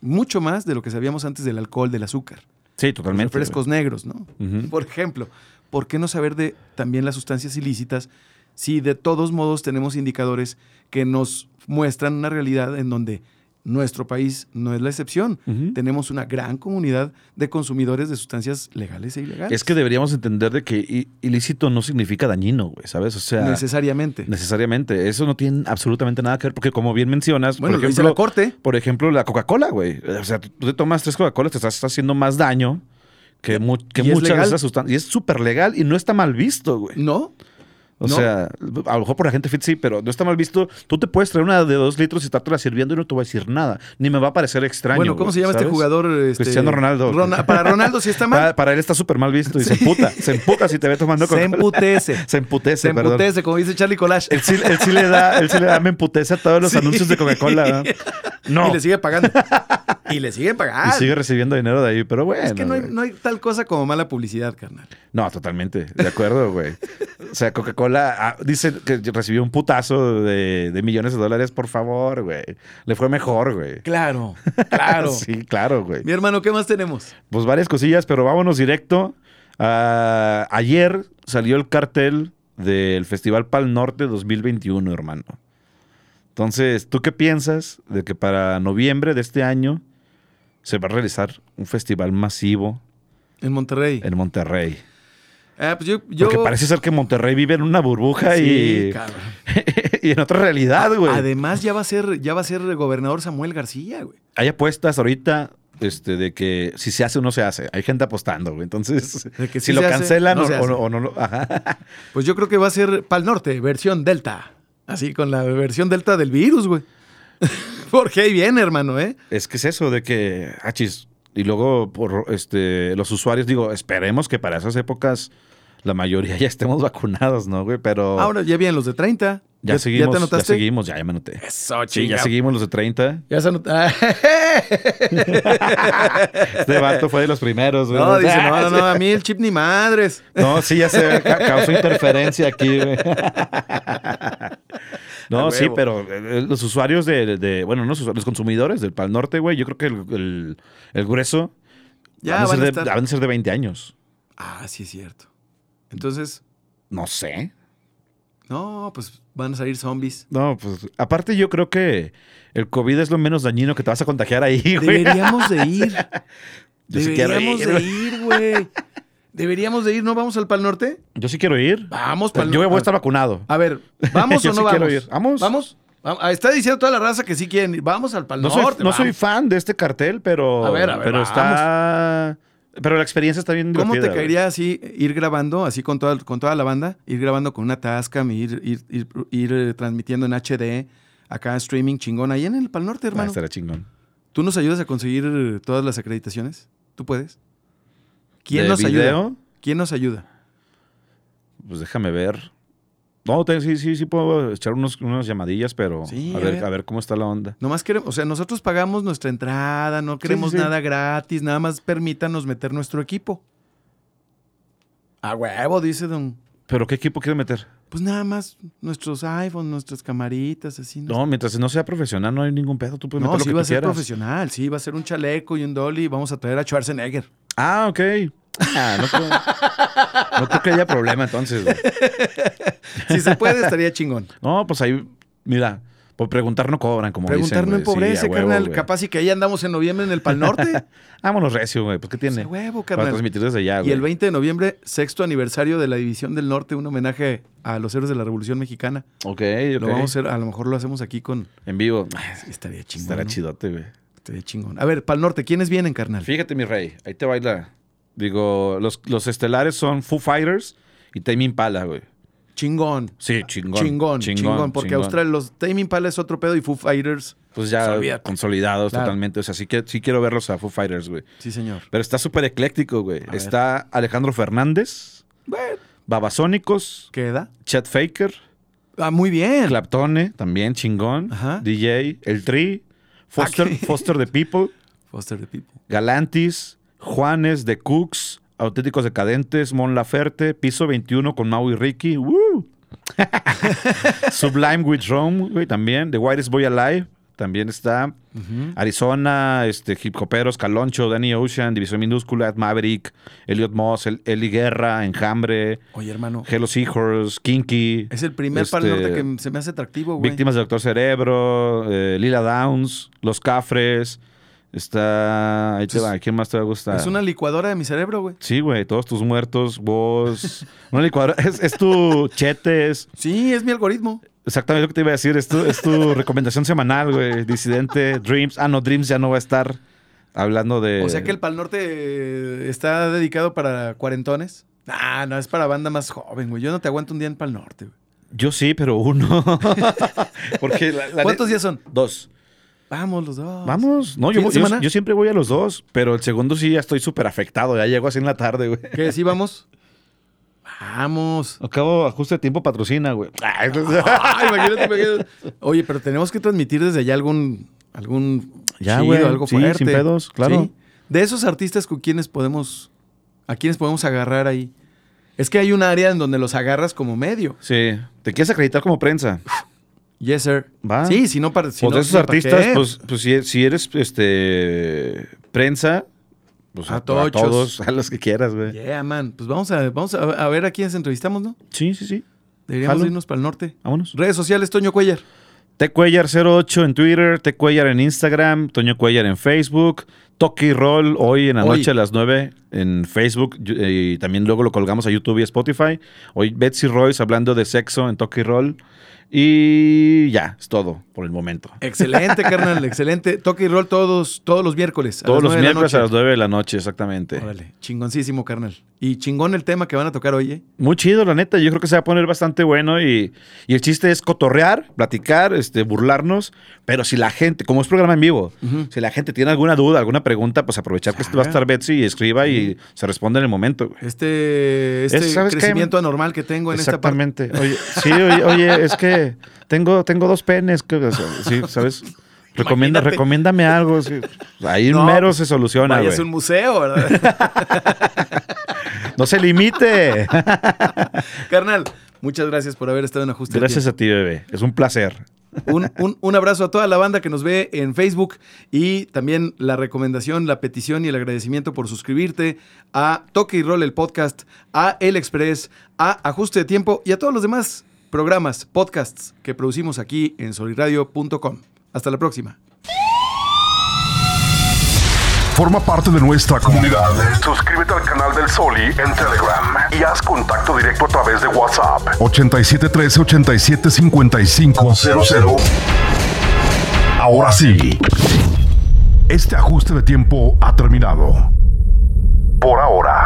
Speaker 2: mucho más de lo que sabíamos antes del alcohol, del azúcar,
Speaker 3: Sí,
Speaker 2: los
Speaker 3: totalmente.
Speaker 2: refrescos negros, ¿no?
Speaker 3: Ujú.
Speaker 2: Por ejemplo, ¿por qué no saber de también las sustancias ilícitas si de todos modos tenemos indicadores que nos muestran una realidad en donde nuestro país no es la excepción?
Speaker 3: Ujú.
Speaker 2: Tenemos una gran comunidad de consumidores de sustancias legales e ilegales.
Speaker 3: Es que deberíamos entender de que i- ilícito no significa dañino, güey, ¿sabes? O sea,
Speaker 2: necesariamente.
Speaker 3: necesariamente. Eso no tiene absolutamente nada que ver porque como bien mencionas,
Speaker 2: bueno,
Speaker 3: por
Speaker 2: lo dice
Speaker 3: ejemplo,
Speaker 2: la corte.
Speaker 3: por ejemplo, la Coca-Cola, güey. O sea, tú te tomas tres Coca-Colas, te estás haciendo más daño que, mu- que
Speaker 2: Y es
Speaker 3: muchas de
Speaker 2: legal.
Speaker 3: esas sustancias. Y es súper legal y no está mal visto, güey.
Speaker 2: No,
Speaker 3: O
Speaker 2: No.
Speaker 3: sea, a lo mejor por la gente fit sí, pero no está mal visto. Tú te puedes traer una de dos litros y estártela sirviendo y no te va a decir nada. Ni me va a parecer extraño.
Speaker 2: Bueno, ¿cómo
Speaker 3: güey,
Speaker 2: se llama
Speaker 3: ¿sabes?
Speaker 2: este jugador? este?
Speaker 3: Cristiano Ronaldo.
Speaker 2: Rona- para Ronaldo sí está
Speaker 3: Para,
Speaker 2: mal.
Speaker 3: para él está súper mal visto y se emputa. se emputa si te ve tomando
Speaker 2: Se emputece.
Speaker 3: Se emputece,
Speaker 2: Se
Speaker 3: perdón.
Speaker 2: emputece, como dice Charlie Collage.
Speaker 3: Él sí, él sí le da, él sí le da, me emputece a todos los
Speaker 2: Sí.
Speaker 3: anuncios de Coca-Cola. ¿verdad? No.
Speaker 2: Y le sigue pagando. y le sigue pagando.
Speaker 3: Y sigue recibiendo dinero de ahí, pero bueno.
Speaker 2: es que no hay,
Speaker 3: güey.
Speaker 2: no hay tal cosa como mala publicidad, carnal.
Speaker 3: No, totalmente, de acuerdo, güey. O sea, Coca-Cola ah, dice que recibió un putazo de, de millones de dólares, por favor, güey. Le fue mejor, güey.
Speaker 2: Claro, claro.
Speaker 3: sí, claro, güey.
Speaker 2: Mi hermano, ¿qué más tenemos?
Speaker 3: Pues varias cosillas, pero vámonos directo. Ah, ayer salió el cartel del Festival Pal Norte 2021, hermano. Entonces, ¿tú qué piensas de que para noviembre de este año se va a realizar un festival masivo
Speaker 2: En Monterrey.
Speaker 3: en Monterrey?
Speaker 2: Ah, pues yo, yo-
Speaker 3: Porque parece ser que Monterrey vive en una burbuja
Speaker 2: Sí,
Speaker 3: y,
Speaker 2: cabrón.
Speaker 3: y en otra realidad, güey.
Speaker 2: Además, ya va a ser, ya va a ser gobernador Samuel García, güey.
Speaker 3: Hay apuestas ahorita este, de que si se hace o no se hace. Hay gente apostando, güey. Entonces,
Speaker 2: De que
Speaker 3: si
Speaker 2: sí
Speaker 3: lo
Speaker 2: se hace,
Speaker 3: cancelan
Speaker 2: no
Speaker 3: o-
Speaker 2: se
Speaker 3: o,
Speaker 2: hace.
Speaker 3: no- o no lo... Ajá.
Speaker 2: Pues yo creo que va a ser Pal Norte, versión Delta. Así, con la versión Delta del virus, güey. Porque ahí viene, hermano, ¿eh?
Speaker 3: Es que es eso de que, achis, y luego por este los usuarios, digo, esperemos que para esas épocas la mayoría ya estemos vacunados, ¿no, güey? Pero
Speaker 2: Ahora ya vienen los de 30.
Speaker 3: Oh. ya, seguimos,
Speaker 2: ¿Ya te
Speaker 3: ya
Speaker 2: anotaste?
Speaker 3: seguimos, ya, ya me anoté.
Speaker 2: Eso,
Speaker 3: Sí,
Speaker 2: chinga.
Speaker 3: ya seguimos los de 30.
Speaker 2: Ya se anotó.
Speaker 3: Este vato fue de los primeros, güey.
Speaker 2: no, dice, no, no, no, a mí el chip ni madres.
Speaker 3: No, sí, ya se ca- causó interferencia aquí, güey. No,
Speaker 2: A
Speaker 3: sí,
Speaker 2: huevo.
Speaker 3: pero eh, los usuarios de, de- bueno, no los usuarios, los consumidores del Pal Norte, güey, yo creo que el, el- el grueso
Speaker 2: Ya
Speaker 3: van,
Speaker 2: van a
Speaker 3: a ser de,
Speaker 2: estar.
Speaker 3: van a ser de 20 años.
Speaker 2: Ah, sí es cierto. Entonces,
Speaker 3: No sé.
Speaker 2: no, pues van a salir zombies.
Speaker 3: No, pues aparte yo creo que el COVID es lo menos dañino que te vas a contagiar ahí, güey.
Speaker 2: Deberíamos de ir.
Speaker 3: Yo sí quiero
Speaker 2: Deberíamos
Speaker 3: ir,
Speaker 2: de
Speaker 3: güey.
Speaker 2: ir, güey. Deberíamos de ir, ¿no vamos al Pal Norte?
Speaker 3: Yo sí quiero ir.
Speaker 2: Vamos
Speaker 3: Pero
Speaker 2: Pal
Speaker 3: yo voy a estar
Speaker 2: Norte. Ah,
Speaker 3: vacunado.
Speaker 2: A ver, ¿vamos
Speaker 3: Yo
Speaker 2: o
Speaker 3: sí
Speaker 2: no
Speaker 3: quiero
Speaker 2: vamos?
Speaker 3: ir. ¿Vamos?
Speaker 2: ¿Vamos? Va- ah, Está diciendo toda la raza que sí quieren ir. Vamos al Pal
Speaker 3: No, soy,
Speaker 2: Norte.
Speaker 3: no soy
Speaker 2: vamos.
Speaker 3: fan de este cartel, pero.
Speaker 2: A ver, a ver,
Speaker 3: Pero
Speaker 2: vamos.
Speaker 3: está. Pero la experiencia está bien
Speaker 2: ¿Cómo
Speaker 3: divertida.
Speaker 2: te
Speaker 3: güey.
Speaker 2: caería así ir grabando, así con toda, con toda la banda? Ir grabando con una Tascam, ir, ir, ir, ir, eh, transmitiendo en HD, acá streaming chingón, ahí en el Pal Norte,
Speaker 3: Ah,
Speaker 2: hermano.
Speaker 3: estará chingón.
Speaker 2: ¿Tú nos ayudas a conseguir eh, todas las acreditaciones? ¿Tú puedes? ¿Quién
Speaker 3: ¿De
Speaker 2: nos ayuda?
Speaker 3: video?
Speaker 2: ¿Quién nos ayuda?
Speaker 3: Pues déjame ver. No, te- sí, sí, sí puedo echar unos, unas llamadillas, pero
Speaker 2: Sí,
Speaker 3: a,
Speaker 2: a
Speaker 3: ver,
Speaker 2: ver.
Speaker 3: a ver cómo está la onda.
Speaker 2: Nomás queremos, o sea, nosotros pagamos nuestra entrada, no queremos
Speaker 3: sí, sí.
Speaker 2: nada gratis, nada más permítanos meter nuestro equipo. A huevo, dice don.
Speaker 3: ¿Pero qué equipo quieres meter?
Speaker 2: Pues nada más nuestros iPhones, nuestras camaritas, así.
Speaker 3: No, mientras no sea profesional, no hay ningún pedo. Tú puedes
Speaker 2: No,
Speaker 3: meter lo
Speaker 2: sí
Speaker 3: que
Speaker 2: va
Speaker 3: tú
Speaker 2: a ser
Speaker 3: quieras.
Speaker 2: profesional, sí, va a ser un chaleco y un dolly y vamos a traer a Schwarzenegger.
Speaker 3: Ah, ok. Ah, no, creo, no creo que haya problema entonces. güey.
Speaker 2: Si se puede, estaría chingón.
Speaker 3: No, pues ahí, mira, por preguntar no cobran, como
Speaker 2: Preguntar no
Speaker 3: dicen. güey. Sí,
Speaker 2: empobrece,
Speaker 3: a huevo,
Speaker 2: carnal.
Speaker 3: güey.
Speaker 2: Capaz y que ahí andamos en noviembre en el Pal Norte.
Speaker 3: Vámonos recio, güey. Pues, ¿qué tiene?
Speaker 2: Ese huevo,
Speaker 3: Para
Speaker 2: carnal.
Speaker 3: transmitir desde allá, Ah, güey.
Speaker 2: y el 20 de noviembre, sexto aniversario de la División del Norte, un homenaje a los héroes de la Revolución Mexicana.
Speaker 3: Ok, ok.
Speaker 2: Lo vamos a hacer, a lo mejor lo hacemos aquí con...
Speaker 3: En vivo.
Speaker 2: Sí, Estaría chingón.
Speaker 3: Estará
Speaker 2: ¿no?
Speaker 3: chidote, güey.
Speaker 2: Estaría chingón. A ver, Pal Norte, ¿quiénes vienen, carnal?
Speaker 3: Fíjate, mi rey. Ahí te baila. Digo, los, los estelares son Foo Fighters y Tame Impala, güey.
Speaker 2: Chingón.
Speaker 3: Sí, chingón.
Speaker 2: Chingón, chingón, porque
Speaker 3: chingón.
Speaker 2: Australia, los Tame Impala es otro pedo y Foo Fighters,
Speaker 3: Pues ya
Speaker 2: Olvídate.
Speaker 3: consolidados
Speaker 2: Claro.
Speaker 3: totalmente. O sea, sí, que, sí quiero verlos a Foo Fighters, güey.
Speaker 2: sí señor.
Speaker 3: Pero está súper ecléctico, güey.
Speaker 2: ver.
Speaker 3: Está Alejandro Fernández,
Speaker 2: Bueno,
Speaker 3: Babasónicos,
Speaker 2: queda.
Speaker 3: Chet Faker,
Speaker 2: Ah, muy bien.
Speaker 3: Claptone, también chingón,
Speaker 2: Ajá.
Speaker 3: DJ, El Tri, Foster,
Speaker 2: Ah, ¿qué?
Speaker 3: Foster the People,
Speaker 2: Foster the People.
Speaker 3: Galantis, Juanes, The Cooks, Auténticos Decadentes, Mon Laferte, Piso 21 con Mau y Ricky, ¡woo! Sublime with Rome, güey, también, The Whitest Boy Alive, también está, Arizona, este, Hip Hoperos, Caloncho, Danny Ocean, División Minúscula, Maverick, Elliot Moss, El- Eli Guerra, Enjambre,
Speaker 2: Oye, hermano,
Speaker 3: Hello Seahorse, Kinky.
Speaker 2: Oh. es el primer Pal
Speaker 3: este,
Speaker 2: Norte que se me hace atractivo, güey.
Speaker 3: Víctimas del Doctor Cerebro, eh, Lila Downs, Los Cafres. Está. Ahí te
Speaker 2: Es-
Speaker 3: va. ¿Quién más te va a gustar?
Speaker 2: Es una licuadora de mi cerebro, güey.
Speaker 3: Sí, güey. Todos tus muertos, vos. Una licuadora. Es, es tu chetes.
Speaker 2: Sí, es mi algoritmo.
Speaker 3: Exactamente lo que te iba a decir. Es tu, es tu recomendación semanal, güey. Disidente, Dreams. Ah, no, Dreams ya no va a estar hablando de.
Speaker 2: O sea que el Pal Norte eh, está dedicado eh, para cuarentones. Ah, no, es para banda más joven, güey. Yo no te aguanto un día en Pal Norte, güey.
Speaker 3: Yo sí, pero uno. Porque la- la-
Speaker 2: ¿Cuántos días son?
Speaker 3: Dos.
Speaker 2: Vamos los dos.
Speaker 3: Vamos, no,
Speaker 2: ¿Fin
Speaker 3: yo,
Speaker 2: de
Speaker 3: yo-
Speaker 2: semana?
Speaker 3: yo siempre voy a los dos, pero el segundo sí ya estoy súper afectado, ya llego así en la tarde, güey.
Speaker 2: ¿Qué? ¿Sí vamos? Vamos.
Speaker 3: Acabo ajuste de tiempo patrocina, güey. Ah, entonces-
Speaker 2: Ay, imagínate, imagínate. Oye, pero tenemos que transmitir desde allá algún, algún
Speaker 3: Ya,
Speaker 2: chido,
Speaker 3: güey.
Speaker 2: algo
Speaker 3: Sí,
Speaker 2: fuerte.
Speaker 3: sin pedos, claro.
Speaker 2: De esos artistas con quienes podemos, a quienes podemos agarrar ahí. Es que hay un área en donde los agarras como medio.
Speaker 3: Sí, te quieres acreditar como prensa.
Speaker 2: Yes, sir.
Speaker 3: Va.
Speaker 2: Sí, si no para. si
Speaker 3: pues
Speaker 2: no,
Speaker 3: de esos
Speaker 2: ¿para qué?
Speaker 3: artistas, pues, pues si, si eres este prensa, pues
Speaker 2: A
Speaker 3: a, a
Speaker 2: tochos.
Speaker 3: todos, a los que quieras, güey.
Speaker 2: Yeah, man. Pues vamos a, vamos a, a ver a quiénes entrevistamos, ¿no?
Speaker 3: Sí, sí, sí.
Speaker 2: Deberíamos
Speaker 3: Jalo.
Speaker 2: irnos para el norte.
Speaker 3: Vámonos.
Speaker 2: Redes sociales, Toño Cuellar.
Speaker 3: Tecuellar08 en Twitter, Tecuellar en Instagram, Toño Cuellar en Facebook, Toki Roll hoy en la
Speaker 2: Hoy.
Speaker 3: noche a las 9 en Facebook yo- eh, y también luego lo colgamos a YouTube y Spotify. Hoy Betsy Royce hablando de sexo en Toki Roll y ya, es todo por el momento.
Speaker 2: Excelente, carnal, excelente. Toque y roll todos, todos los miércoles. a
Speaker 3: Todos
Speaker 2: las
Speaker 3: los
Speaker 2: nueve de la
Speaker 3: miércoles
Speaker 2: noche.
Speaker 3: a las 9 de la noche, exactamente.
Speaker 2: Órale, chingoncísimo, carnal. Y chingón el tema que van a tocar hoy, ¿eh?
Speaker 3: Muy chido, la neta. Yo creo que se va a poner bastante bueno. Y, y el chiste es cotorrear, platicar, este, burlarnos. Pero si la gente, como es programa en vivo, si la gente tiene alguna duda, alguna pregunta, pues aprovechar que va a estar Betsy y escriba y se responde en el momento. güey.
Speaker 2: Este,
Speaker 3: Es-
Speaker 2: este
Speaker 3: ¿sabes qué?
Speaker 2: crecimiento anormal que tengo en esta parte.
Speaker 3: Exactamente. Oye, sí, oye, oye, es que tengo, tengo dos penes. que- o sea, sí, ¿sabes? Recomienda,
Speaker 2: Imagínate.
Speaker 3: recomiéndame algo. sí. Ahí
Speaker 2: No,
Speaker 3: mero
Speaker 2: pues,
Speaker 3: se soluciona,
Speaker 2: Vaya, es
Speaker 3: güey.
Speaker 2: un museo, ¿verdad?
Speaker 3: No se limite.
Speaker 2: carnal, muchas gracias por haber estado en Ajuste de
Speaker 3: Gracias a ti, bebé. Es un placer.
Speaker 2: un, un- un abrazo a toda la banda que nos ve en Facebook y también la recomendación, la petición y el agradecimiento por suscribirte a Toque y Roll el podcast, a El Express, a Ajuste de Tiempo y a todos los demás programas, podcasts que producimos aquí en soliradio.com. Hasta la próxima.
Speaker 1: Forma parte de nuestra comunidad. Suscríbete al canal del Soli en Telegram y haz contacto directo a través de WhatsApp. 8713-875500. Ahora sí. Este ajuste de tiempo ha terminado. Por ahora.